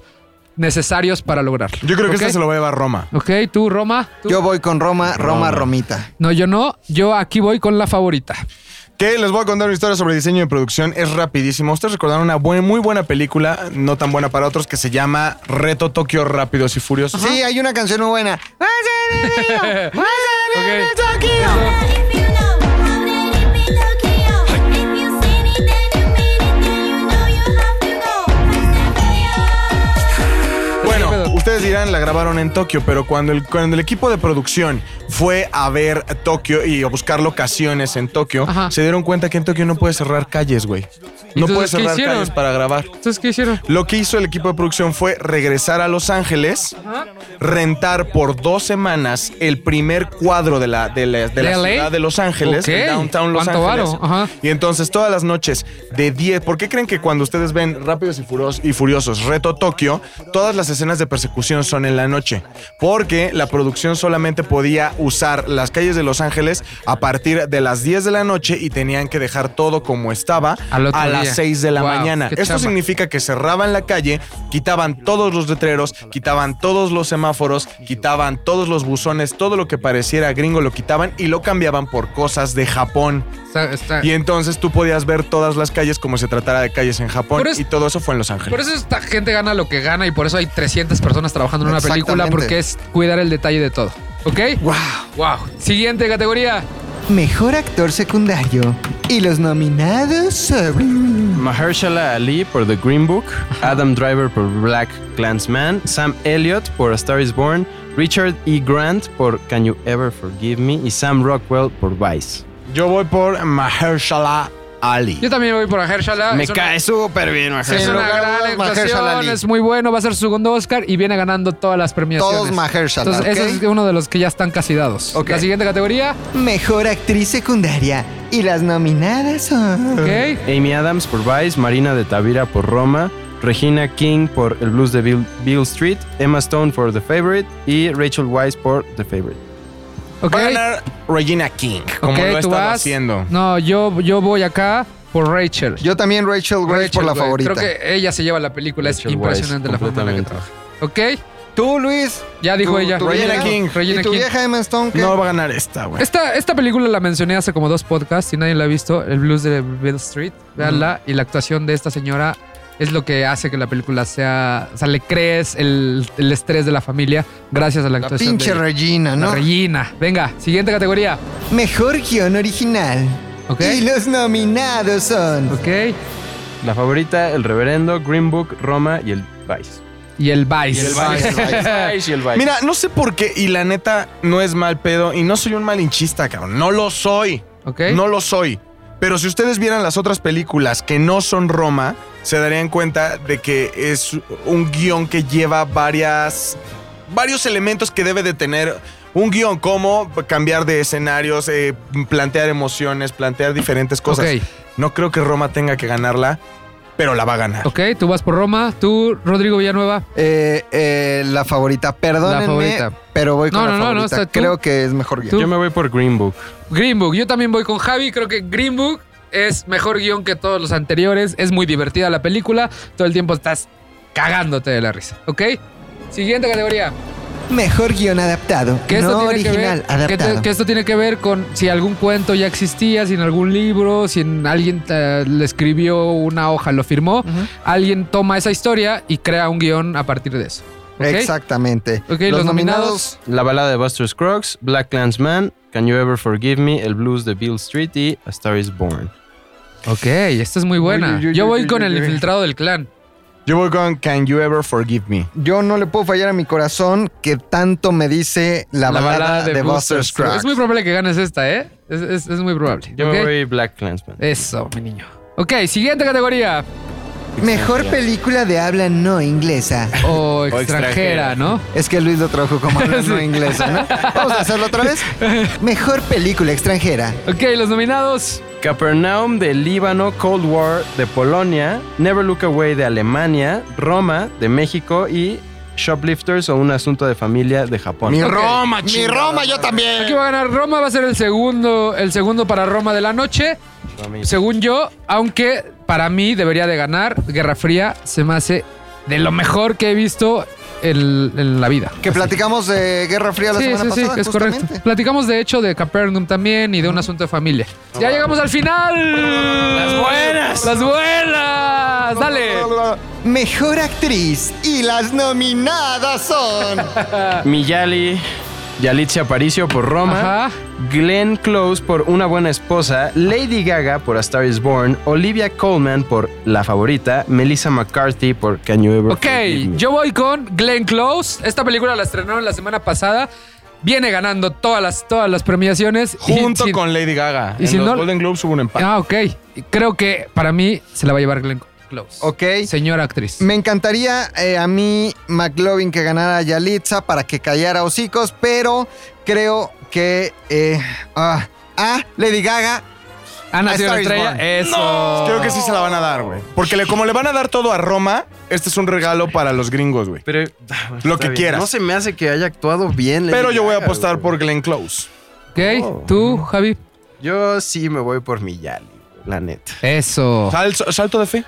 Speaker 2: necesarios para lograrlo.
Speaker 1: Yo creo que
Speaker 2: ¿Ok?
Speaker 1: este se lo va a llevar Roma.
Speaker 2: Ok, tú, Roma. ¿Tú?
Speaker 3: Yo voy con Roma, Roma,
Speaker 4: Roma.
Speaker 3: Romita.
Speaker 2: No, yo no. Yo aquí voy con la favorita.
Speaker 1: Que les voy a contar una historia sobre diseño de producción. Es rapidísimo. Ustedes recordaron una buen- muy buena película, no tan buena para otros, que se llama Reto Tokio Rápidos y Furiosos.
Speaker 3: Sí, hay una canción muy buena.
Speaker 2: Ok.
Speaker 1: Bueno,
Speaker 2: ¿Qué pedo?
Speaker 1: ustedes dirán, la grabaron en Tokio, pero cuando el, cuando el equipo de producción fue a ver Tokio y a buscar locaciones en Tokio,
Speaker 2: Ajá.
Speaker 1: se dieron cuenta que en Tokio no puede cerrar calles, güey. No
Speaker 2: Entonces,
Speaker 1: puede
Speaker 2: ¿qué
Speaker 1: cerrar
Speaker 2: hicieron?
Speaker 1: calles para grabar.
Speaker 2: Entonces, ¿qué hicieron?
Speaker 1: Lo que hizo el equipo de producción fue regresar a Los Ángeles, rentar por dos semanas el primer cuadro de la, de la, de la
Speaker 2: ¿De LA?
Speaker 1: ciudad de Los Ángeles,
Speaker 2: Ok.
Speaker 1: el downtown Los
Speaker 2: ¿Cuánto
Speaker 1: Ángeles.
Speaker 2: varo? Ajá.
Speaker 1: Y entonces todas las noches de 10, ¿por qué creen que cuando ustedes ven Rápidos y, Furos- y Furiosos, Reto Tokio, todas las escenas de persecución son en la noche? Porque la producción solamente podía usar las calles de Los Ángeles a partir de las 10 de la noche y tenían que dejar todo como estaba
Speaker 2: Al otro
Speaker 1: a las
Speaker 2: día.
Speaker 1: 6 de la
Speaker 2: Wow,
Speaker 1: mañana.
Speaker 2: qué
Speaker 1: Esto
Speaker 2: chamba.
Speaker 1: significa significa que cerraban la calle, quitaban todos los letreros, quitaban todos los semáforos, quitaban todos los buzones, todo lo que pareciera gringo lo quitaban y lo cambiaban por cosas de Japón.
Speaker 2: Está- está-
Speaker 1: Y entonces tú podías ver todas las calles como se tratara de calles en Japón
Speaker 2: Pero es-
Speaker 1: y todo eso fue en Los Ángeles.
Speaker 2: Por eso esta gente gana lo que gana y por eso hay 300 personas trabajando en una película
Speaker 3: Exactamente.
Speaker 2: porque es cuidar el detalle de todo. ¿Ok?
Speaker 3: Wow.
Speaker 2: Wow. Siguiente categoría.
Speaker 3: Mejor actor secundario. Y los nominados son-
Speaker 4: Mahershala Ali por The Green Book, Adam Driver por Black Clansman, Sam Elliott por A Star Is Born, Richard E. Grant por Can You Ever Forgive Me y Sam Rockwell por Vice.
Speaker 1: Yo voy por Mahershala Ali.
Speaker 2: Yo también voy por Mahershala.
Speaker 4: Me
Speaker 2: Es una-
Speaker 4: cae súper bien
Speaker 2: Es
Speaker 4: Mahershala.
Speaker 2: una
Speaker 3: lugar
Speaker 2: gran
Speaker 3: dos, Mahershala
Speaker 2: actuación,
Speaker 3: Ali.
Speaker 2: es muy bueno, va a ser su segundo Oscar y viene ganando todas las premiaciones.
Speaker 3: Todos Mahershala,
Speaker 2: Entonces,
Speaker 3: ¿ok?
Speaker 2: ese es uno de los que ya están casi dados.
Speaker 3: Ok.
Speaker 2: La siguiente categoría,
Speaker 3: Mejor actriz secundaria. Y las nominadas son...
Speaker 2: ok.
Speaker 4: Amy Adams por Vice, Marina de Tavira por Roma, Regina King por El Blues de Bill, Beale Street, Emma Stone por The Favorite y Rachel Weisz por The Favorite.
Speaker 2: ok.
Speaker 1: Va a ganar Regina King, como
Speaker 2: Ok,
Speaker 1: lo ha
Speaker 2: tú
Speaker 1: estado
Speaker 2: vas.
Speaker 1: haciendo.
Speaker 2: No, yo, yo voy acá por Rachel.
Speaker 3: Yo también Rachel Grace
Speaker 2: Rachel,
Speaker 3: por la
Speaker 2: güey.
Speaker 3: favorita.
Speaker 2: Creo que ella se lleva la película,
Speaker 4: Rachel
Speaker 2: es impresionante
Speaker 4: Weisz,
Speaker 2: la forma en la que trabaja.
Speaker 4: completamente.
Speaker 2: Ok,
Speaker 3: Tú, Luis.
Speaker 2: ya dijo
Speaker 3: Tu-
Speaker 2: ella.
Speaker 3: tu
Speaker 1: Regina
Speaker 3: vieja.
Speaker 1: King.
Speaker 2: Regina
Speaker 3: ¿Y tu
Speaker 2: King.
Speaker 3: vieja Emma Stone? qué?
Speaker 1: No va a ganar esta, güey.
Speaker 2: Esta, esta película la mencioné hace como dos podcasts y nadie la ha visto, El Blues de Bill Street. Veanla. Y la actuación de esta señora es lo que hace que la película sea. O sea, le crees el, el estrés de la familia gracias a la
Speaker 3: La
Speaker 2: actuación.
Speaker 3: pinche
Speaker 2: de ella.
Speaker 3: Regina,
Speaker 2: La
Speaker 3: ¿no?
Speaker 2: Regina. Venga, siguiente categoría.
Speaker 3: Mejor guión original.
Speaker 2: Ok.
Speaker 3: Y los nominados son...
Speaker 2: Ok.
Speaker 4: La favorita, El Reverendo, Green Book, Roma y el Vice.
Speaker 2: Y el Vice.
Speaker 4: Vice y el Vice.
Speaker 1: Mira, no sé por qué, y la neta, no es mal pedo, y no soy un malinchista, cabrón. No lo soy.
Speaker 2: Ok.
Speaker 1: No lo soy. Pero si ustedes vieran las otras películas que no son Roma, se darían cuenta de que es un guión que lleva varias, varios elementos que debe de tener un guión, como cambiar de escenarios, eh, plantear emociones, plantear diferentes cosas.
Speaker 2: Ok.
Speaker 1: No creo que Roma tenga que ganarla, pero la va a ganar.
Speaker 2: Ok, tú vas por Roma. Tú, Rodrigo Villanueva.
Speaker 3: Eh, eh, la favorita, perdónenme,
Speaker 2: La favorita.
Speaker 3: pero voy con
Speaker 2: No,
Speaker 3: la
Speaker 2: no, no, no,
Speaker 3: favorita.
Speaker 2: está tú.
Speaker 3: Creo que es mejor guión.
Speaker 2: Tú.
Speaker 4: Yo me voy por Green Book.
Speaker 2: Green Book. Yo también voy con Javi. Creo que Green Book es mejor guión que todos los anteriores. Es muy divertida la película. Todo el tiempo estás cagándote de la risa. ¿Ok? Siguiente categoría.
Speaker 3: Mejor guión adaptado.
Speaker 2: Que esto
Speaker 3: no
Speaker 2: tiene
Speaker 3: original,
Speaker 2: que ver, que,
Speaker 3: adaptado.
Speaker 2: te- que esto tiene que ver con si algún cuento ya existía, si en algún libro, si en alguien eh, le escribió una hoja, lo firmó.
Speaker 3: Ujú.
Speaker 2: Alguien toma esa historia y crea un guión a partir de eso. ¿ok?
Speaker 3: Exactamente.
Speaker 2: Ok, los nominados-
Speaker 4: La balada de Buster Scruggs, Black Clansman, Can You Ever Forgive Me, El Blues de Bill Street y A Star Is Born.
Speaker 2: Ok, esta es muy buena.
Speaker 3: Uy, uy, uy,
Speaker 2: Yo
Speaker 3: uy,
Speaker 2: voy
Speaker 3: uy,
Speaker 2: con
Speaker 3: uy,
Speaker 2: el
Speaker 3: uy.
Speaker 2: infiltrado del clan.
Speaker 1: Yo voy con Can You Ever Forgive Me.
Speaker 3: Yo no le puedo fallar a mi corazón que tanto me dice la, balada, de, Buster Scruggs.
Speaker 2: Es muy probable que ganes esta, ¿eh? Es, es- es muy probable.
Speaker 4: Yo
Speaker 2: ¿ok?
Speaker 4: me voy Black Clansman.
Speaker 2: Eso, mi niño. Ok, siguiente categoría.
Speaker 3: Mejor película de habla no inglesa.
Speaker 2: O extranjera,
Speaker 4: extranjera.
Speaker 2: ¿no?
Speaker 3: Es que Luis lo trajo como habla no
Speaker 2: Sí.
Speaker 3: inglesa, ¿no? Vamos a hacerlo otra vez. Mejor película extranjera.
Speaker 2: Ok, los nominados.
Speaker 4: Capernaum de Líbano, Cold War de Polonia, Never Look Away de Alemania, Roma de México y Shoplifters o un asunto de familia de Japón.
Speaker 1: Mi
Speaker 2: Ok.
Speaker 1: Roma, Mi Roma, yo
Speaker 2: Aquí
Speaker 1: también.
Speaker 2: va a ganar Roma, va a ser el segundo, el segundo para Roma de la noche. Según yo, aunque para mí debería de ganar, Guerra Fría se me hace de lo mejor que he visto en, en la vida.
Speaker 3: Que platicamos de Guerra Fría la
Speaker 2: Sí,
Speaker 3: semana
Speaker 2: sí, sí,
Speaker 3: pasada.
Speaker 2: es
Speaker 3: justamente.
Speaker 2: correcto. Platicamos de hecho de Capernaum también y de un asunto de familia. Ya llegamos al final. Las buenas. Las buenas. Dale.
Speaker 3: Mejor actriz y las nominadas son.
Speaker 4: Miyali, Yalitza Aparicio por Roma,
Speaker 2: Ajá.
Speaker 4: Glenn Close por Una Buena Esposa, Lady Gaga por A Star Is Born, Olivia Colman por La Favorita, Melissa McCarthy por Can You Ever
Speaker 2: Ok,
Speaker 4: Forgive Me?
Speaker 2: yo voy con Glenn Close. Esta película la estrenaron la semana pasada. Viene ganando todas las, todas las premiaciones. Y
Speaker 1: Junto
Speaker 2: sin-
Speaker 1: con Lady Gaga.
Speaker 2: y
Speaker 1: en
Speaker 2: si
Speaker 1: los
Speaker 2: no-
Speaker 1: Golden Globes hubo un empate.
Speaker 2: Ah, ok. Creo que para mí se la va a llevar Glenn Close.
Speaker 3: Ok.
Speaker 2: Señora actriz.
Speaker 3: Me encantaría eh, a mí McLovin que ganara a Yalitza para que callara hocicos, pero creo que eh, ah, a Lady Gaga
Speaker 2: Ha nacido
Speaker 3: A Star
Speaker 2: una estrella.
Speaker 3: is Born.
Speaker 2: Eso.
Speaker 1: Creo que sí se la van a dar, güey. Porque le- como le van a dar todo a Roma, este es un regalo para los gringos, güey.
Speaker 4: Pero
Speaker 1: Lo
Speaker 4: está
Speaker 1: que quieras.
Speaker 4: No se me hace que haya actuado bien. Lady
Speaker 1: Pero yo voy a
Speaker 4: Gaga,
Speaker 1: apostar
Speaker 4: güey.
Speaker 1: por Glenn Close.
Speaker 2: Ok, tú, Javi.
Speaker 4: Yo sí me voy por Miyali, güey, la neta.
Speaker 2: Eso.
Speaker 1: Sal- salto de fe.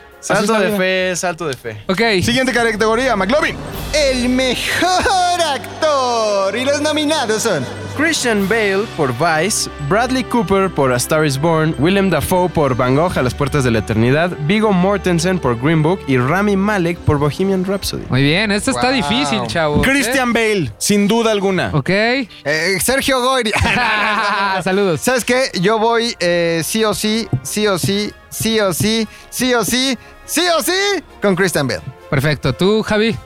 Speaker 1: Así
Speaker 4: Salto de
Speaker 1: está bien.
Speaker 4: fe, salto de fe.
Speaker 2: Ok.
Speaker 1: Siguiente categoría, McLovin.
Speaker 3: el mejor actor y los nominados son.
Speaker 4: Christian Bale por Vice, Bradley Cooper por A Star Is Born, Willem Dafoe por Van Gogh a las puertas de la eternidad, Vigo Mortensen por Green Book y Rami Malek por Bohemian Rhapsody.
Speaker 2: Muy bien, esto está
Speaker 3: Wow.
Speaker 2: difícil, chavo.
Speaker 1: Christian Bale, sin duda alguna.
Speaker 2: Ok.
Speaker 3: eh, Sergio Goyri.
Speaker 2: Saludos.
Speaker 3: ¿Sabes qué? Yo voy eh, sí o sí, sí o sí, sí o sí, sí o sí, sí o sí con Christian Bale.
Speaker 2: Perfecto. Tú, Javi.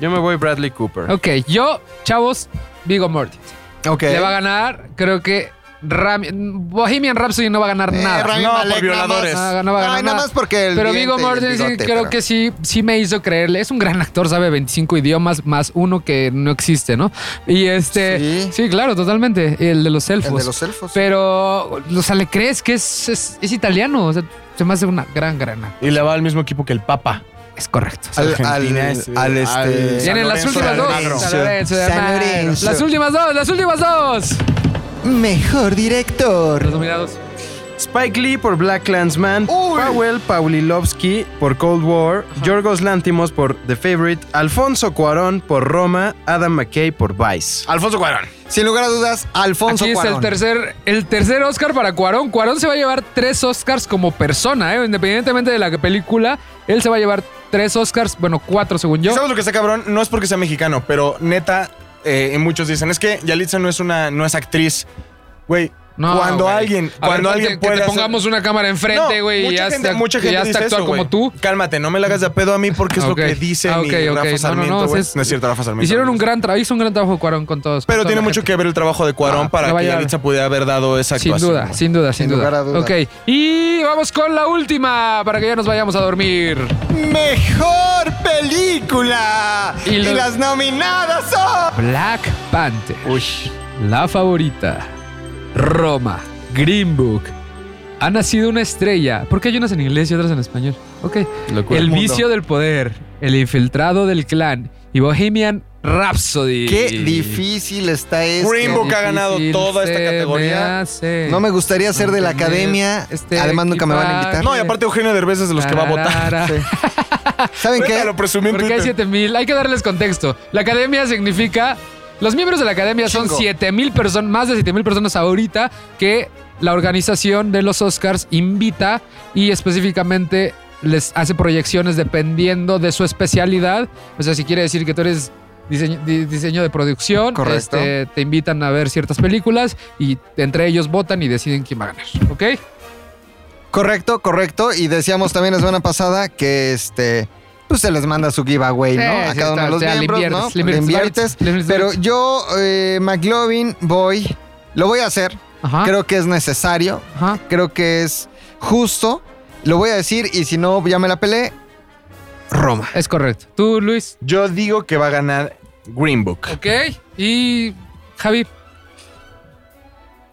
Speaker 4: Yo me voy Bradley Cooper.
Speaker 2: Ok. Yo, chavos, Vigo Mortensen.
Speaker 3: Ok.
Speaker 2: Le va a ganar, creo que Rami- Bohemian Rhapsody no va a ganar
Speaker 3: Eh,
Speaker 2: nada.
Speaker 3: Rami
Speaker 1: No, por
Speaker 3: Malek,
Speaker 1: violadores.
Speaker 3: nada
Speaker 2: No, no Ah, va a
Speaker 3: más. Ay,
Speaker 2: ganar
Speaker 3: nada
Speaker 2: nada.
Speaker 3: más porque el
Speaker 2: Pero
Speaker 3: diente
Speaker 2: Vigo
Speaker 3: y el
Speaker 2: Mortensen
Speaker 3: bigote,
Speaker 2: creo
Speaker 3: pero-
Speaker 2: que sí, sí me hizo creerle. Es un gran actor, sabe 25 idiomas más uno que no existe, ¿no? Y este. Sí,
Speaker 3: Sí.
Speaker 2: claro, totalmente. El de los elfos.
Speaker 3: El de los elfos.
Speaker 2: Pero, o sea, le crees que es, es- es italiano. O sea, se me hace una gran grana.
Speaker 1: Y le va al mismo equipo que el Papa.
Speaker 2: Es correcto.
Speaker 3: Al, al,
Speaker 1: Argentina es,
Speaker 3: al, este.
Speaker 1: al-
Speaker 2: Vienen las
Speaker 1: Lorenzo
Speaker 2: últimas
Speaker 1: de Almagro.
Speaker 2: dos. San Lorenzo de
Speaker 3: San
Speaker 2: Almagro.
Speaker 3: Lorenzo.
Speaker 2: Las últimas dos, las últimas dos.
Speaker 3: Mejor director.
Speaker 2: Los nominados.
Speaker 4: Spike Lee por Black Clansman,
Speaker 3: Uy.
Speaker 4: Powell Paulilovsky por Cold War, Yorgos Lantimos por The Favorite, Alfonso Cuarón por Roma, Adam McKay por Vice.
Speaker 1: Alfonso Cuarón.
Speaker 3: Sin lugar a dudas, Alfonso
Speaker 2: Aquí
Speaker 3: Cuarón.
Speaker 2: es el tercer, el tercer Oscar para Cuarón. Cuarón se va a llevar tres Oscars como persona, ¿eh? independientemente de la que película. Él se va a llevar tres Oscars, bueno, cuatro según yo.
Speaker 1: ¿Sabes lo que está cabrón? No es porque sea mexicano, pero neta, eh, muchos dicen, es que Yalitza no es una, no es actriz. Güey,
Speaker 2: No,
Speaker 1: cuando
Speaker 2: güey.
Speaker 1: alguien,
Speaker 2: A ver,
Speaker 1: cuando
Speaker 2: ponte-
Speaker 1: alguien
Speaker 2: que
Speaker 1: puede
Speaker 2: te
Speaker 1: hacer-
Speaker 2: pongamos una cámara enfrente,
Speaker 1: No,
Speaker 2: güey, y
Speaker 1: mucha
Speaker 2: ya
Speaker 1: gente,
Speaker 2: hasta,
Speaker 1: mucha gente dice
Speaker 2: actuar
Speaker 1: eso,
Speaker 2: como
Speaker 1: güey.
Speaker 2: tú.
Speaker 1: Cálmate, no me la hagas de pedo a mí porque es
Speaker 2: Ok.
Speaker 1: lo que dice
Speaker 2: Ah,
Speaker 1: mi
Speaker 2: ok, ok. No, no,
Speaker 1: Rafa
Speaker 2: no,
Speaker 1: Sarmiento,
Speaker 2: sí
Speaker 1: güey.
Speaker 2: es-
Speaker 1: no es cierto, Rafa Sarmiento.
Speaker 2: Hicieron
Speaker 1: no
Speaker 2: un
Speaker 1: es.
Speaker 2: gran trabajo, hizo un gran trabajo Cuarón con todos.
Speaker 1: Pero tiene mucho que ver el trabajo de Cuarón
Speaker 2: Ah,
Speaker 1: para
Speaker 2: no
Speaker 1: que
Speaker 2: vaya-
Speaker 1: Yalitza pudiera haber dado esa
Speaker 2: Sin
Speaker 1: actuación,
Speaker 2: duda,
Speaker 1: güey.
Speaker 2: sin duda, sin,
Speaker 3: Sin
Speaker 2: duda.
Speaker 3: lugar a duda.
Speaker 2: Ok, y vamos con la última para que ya nos vayamos a dormir.
Speaker 3: Mejor película.
Speaker 2: Y
Speaker 3: Y,
Speaker 2: lo-
Speaker 3: las nominadas son.
Speaker 2: Black Panther. La favorita. Roma. Green Book. Ha nacido una estrella. ¿Por qué hay unas en inglés y otras en español? Ok.
Speaker 4: Locura.
Speaker 2: El
Speaker 3: mundo.
Speaker 2: vicio del poder. El infiltrado del clan. Y Bohemian Rhapsody.
Speaker 3: Qué difícil está esto.
Speaker 1: Green Book. ha ganado
Speaker 2: Difícil
Speaker 1: toda esta
Speaker 2: se
Speaker 1: categoría.
Speaker 2: me hace.
Speaker 3: No me gustaría ser de la
Speaker 2: Mantener
Speaker 3: academia.
Speaker 2: este
Speaker 3: Además, nunca me van a
Speaker 2: equipaje.
Speaker 3: invitar.
Speaker 1: No, y aparte Eugenio Derbez es de los que va a votar.
Speaker 2: Tarara.
Speaker 3: ¿Saben
Speaker 1: Ahorita
Speaker 3: qué?
Speaker 1: Lo presumí en
Speaker 2: Porque hay
Speaker 1: Twitter.
Speaker 2: 7000. Hay que darles contexto. La academia significa. Los miembros de la academia son
Speaker 3: Chingo.
Speaker 2: 7000 personas, más de 7000 personas ahorita que la organización de los Oscars invita y específicamente les hace proyecciones dependiendo de su especialidad. O sea, si quiere decir que tú eres diseño, di- diseño de producción,
Speaker 3: Correcto.
Speaker 2: este, te invitan a ver ciertas películas y entre ellos votan y deciden quién va a ganar. ¿Ok?
Speaker 3: Correcto, correcto. Y decíamos también la semana pasada que este. Pues se les manda su giveaway, ¿no?
Speaker 2: Sí,
Speaker 3: A
Speaker 2: sí,
Speaker 3: cada uno
Speaker 2: está,
Speaker 3: de los
Speaker 2: o sea, le
Speaker 3: miembros,
Speaker 2: inviertes,
Speaker 3: ¿no?
Speaker 2: le inviertes varios, le inviertes
Speaker 3: Pero
Speaker 2: varios.
Speaker 3: yo, eh, McLovin, voy. Lo voy a hacer.
Speaker 2: Ajá.
Speaker 3: Creo que es necesario.
Speaker 2: Ajá.
Speaker 3: Creo que es justo. Lo voy a decir y si no, ya me la pelé. Roma.
Speaker 2: Es correcto. Tú, Luis.
Speaker 1: Yo digo que va a ganar Green Book.
Speaker 2: Ok. Y Javi.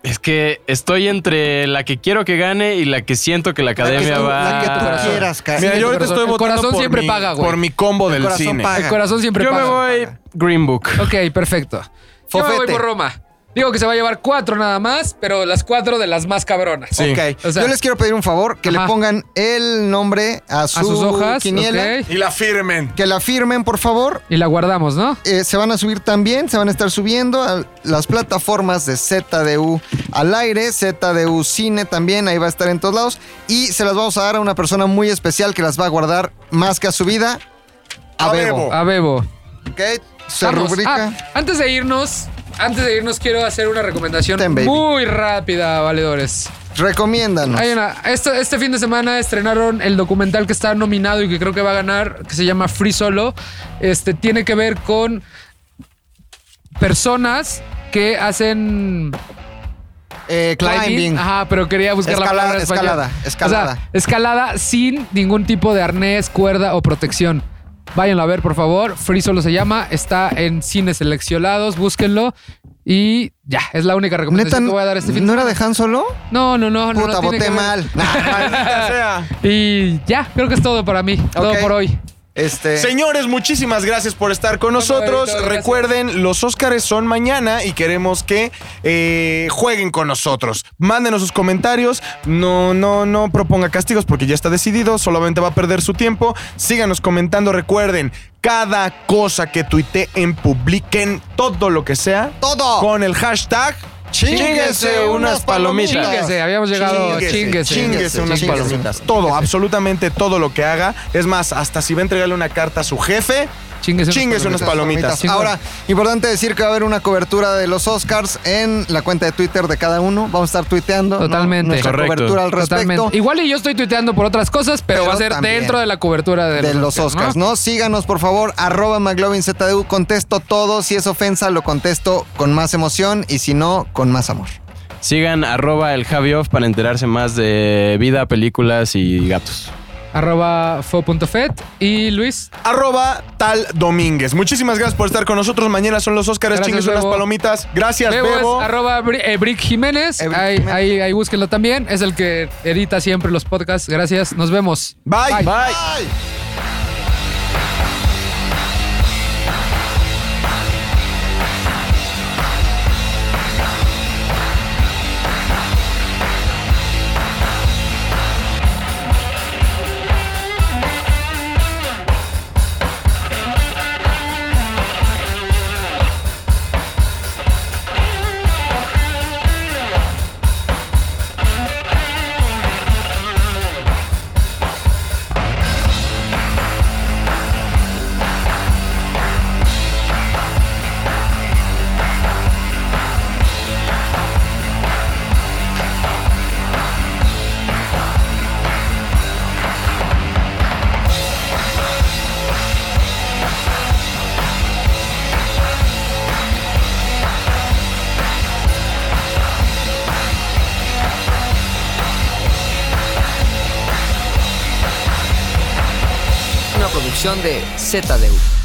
Speaker 4: Es que estoy entre Eh, la que quiero que gane y la que siento que la
Speaker 3: La que
Speaker 4: academia
Speaker 3: tú-
Speaker 4: va.
Speaker 3: La que tú quieras, cara.
Speaker 1: Mira,
Speaker 2: Sí,
Speaker 1: yo
Speaker 2: el
Speaker 1: ahorita
Speaker 2: corazón-
Speaker 1: estoy
Speaker 2: el
Speaker 1: votando
Speaker 2: corazón
Speaker 1: por,
Speaker 2: siempre
Speaker 1: mi,
Speaker 2: paga, güey.
Speaker 1: por mi combo del
Speaker 3: corazón
Speaker 1: cine.
Speaker 3: paga.
Speaker 2: El corazón siempre
Speaker 4: Ah, Yo
Speaker 2: paga.
Speaker 4: me voy
Speaker 3: paga.
Speaker 4: Green Book.
Speaker 2: Ok, perfecto. Yo me voy
Speaker 3: Fofete.
Speaker 2: por Roma. Digo que se va a llevar cuatro nada más, pero las cuatro de las más cabronas.
Speaker 1: Sí.
Speaker 3: Ok.
Speaker 2: O sea-
Speaker 3: Yo les quiero pedir un favor, que
Speaker 2: Ajá.
Speaker 3: le pongan el nombre a, su
Speaker 2: A sus hojas,
Speaker 3: quiniela,
Speaker 2: ok.
Speaker 1: Y la firmen.
Speaker 3: que la firmen, por favor.
Speaker 2: Y la guardamos, ¿no?
Speaker 3: Eh, se van a subir también, se van a estar subiendo a las plataformas de ZDU al aire, ZDU Cine también, ahí va a estar en todos lados. Y se las vamos a dar a una persona muy especial que las va a guardar más que a su vida, a
Speaker 1: A
Speaker 3: Bebo.
Speaker 4: Oh.
Speaker 1: Bebo.
Speaker 2: A Bebo.
Speaker 3: Ok, se
Speaker 2: Vamos.
Speaker 3: rubrica.
Speaker 2: Ah, antes de irnos, antes de irnos quiero hacer una recomendación
Speaker 3: Ten, baby.
Speaker 2: muy rápida, valedores.
Speaker 3: Recomiéndanos.
Speaker 2: Hay una- este, este fin de semana estrenaron el documental que está nominado y que creo que va a ganar, que se llama Free Solo. Este tiene que ver con personas que hacen
Speaker 3: Eh, climbing.
Speaker 2: Ajá, pero quería buscar
Speaker 3: Escalada,
Speaker 2: la palabra en español.
Speaker 3: escalada, escalada.
Speaker 2: O sea, escalada sin ningún tipo de arnés, cuerda o protección. Váyanlo a ver, por favor. Free Solo se llama. Está en cines seleccionados. Búsquenlo. Y ya, es la única
Speaker 3: Neta,
Speaker 2: recomendación que voy a dar este fin.
Speaker 3: ¿no era de Han Solo?
Speaker 2: No, no, no. no,
Speaker 3: Puta,
Speaker 2: no tiene
Speaker 3: voté
Speaker 2: que ver.
Speaker 3: mal. Nah,
Speaker 1: Maldita sea.
Speaker 2: Y ya, creo que es todo para mí. Todo
Speaker 3: Ok.
Speaker 2: por hoy.
Speaker 3: este,
Speaker 1: Señores, muchísimas gracias por estar con
Speaker 2: No,
Speaker 1: nosotros.
Speaker 2: Roberto, gracias.
Speaker 1: Recuerden, los Óscares son mañana y queremos que eh, jueguen con nosotros. Mándenos sus comentarios. No, no, no proponga castigos porque ya está decidido. Solamente va a perder su tiempo. Síganos comentando. Recuerden, cada cosa que tuiteen, publiquen todo lo que sea
Speaker 3: todo.
Speaker 1: con el hashtag
Speaker 3: Chínguese Oh. unas palomitas.
Speaker 2: Chíngase, habíamos llegado. Chínguese.
Speaker 1: Chínguese unas
Speaker 3: Chínguese.
Speaker 1: palomitas. Todo, absolutamente todo lo que haga. Es más, hasta si va a entregarle una carta a su jefe,
Speaker 2: Chínguese.
Speaker 1: Chínguese unas palomitas.
Speaker 2: Chingón.
Speaker 3: Ahora, importante decir que va a haber una cobertura de los Oscars en la cuenta de Twitter de cada uno. Vamos a estar tuiteando. ¿no?
Speaker 2: Totalmente.
Speaker 3: Nuestra
Speaker 4: Correcto.
Speaker 3: cobertura al respecto.
Speaker 2: Totalmente. Igual y yo estoy tuiteando por otras cosas, pero,
Speaker 3: Pero
Speaker 2: va a ser
Speaker 3: también
Speaker 2: dentro de la cobertura de,
Speaker 3: de los Oscars, ¿no? Síganos, por favor, arroba McLovinZDU. Contesto todo. Si es ofensa, lo contesto con más emoción y si no, con más amor.
Speaker 4: Sigan arroba el Javi Off para enterarse más de vida, películas y gatos.
Speaker 2: arroba fo.fet y Luis.
Speaker 1: arroba tal Domínguez. Muchísimas gracias por estar con nosotros. Mañana son los Óscares,
Speaker 2: Gracias,
Speaker 1: chingues unas
Speaker 2: Bebo.
Speaker 1: palomitas. Gracias,
Speaker 2: Bebo
Speaker 1: Bebo.
Speaker 2: es arroba Bri- eh, Brick Jiménez.
Speaker 3: Eh, Brick
Speaker 2: ahí,
Speaker 3: Jiménez.
Speaker 2: ahí, ahí búsquenlo también. Es el que edita siempre los podcasts. Gracias. Nos vemos.
Speaker 1: Bye.
Speaker 2: Bye.
Speaker 1: Bye.
Speaker 5: Una producción de ZDU.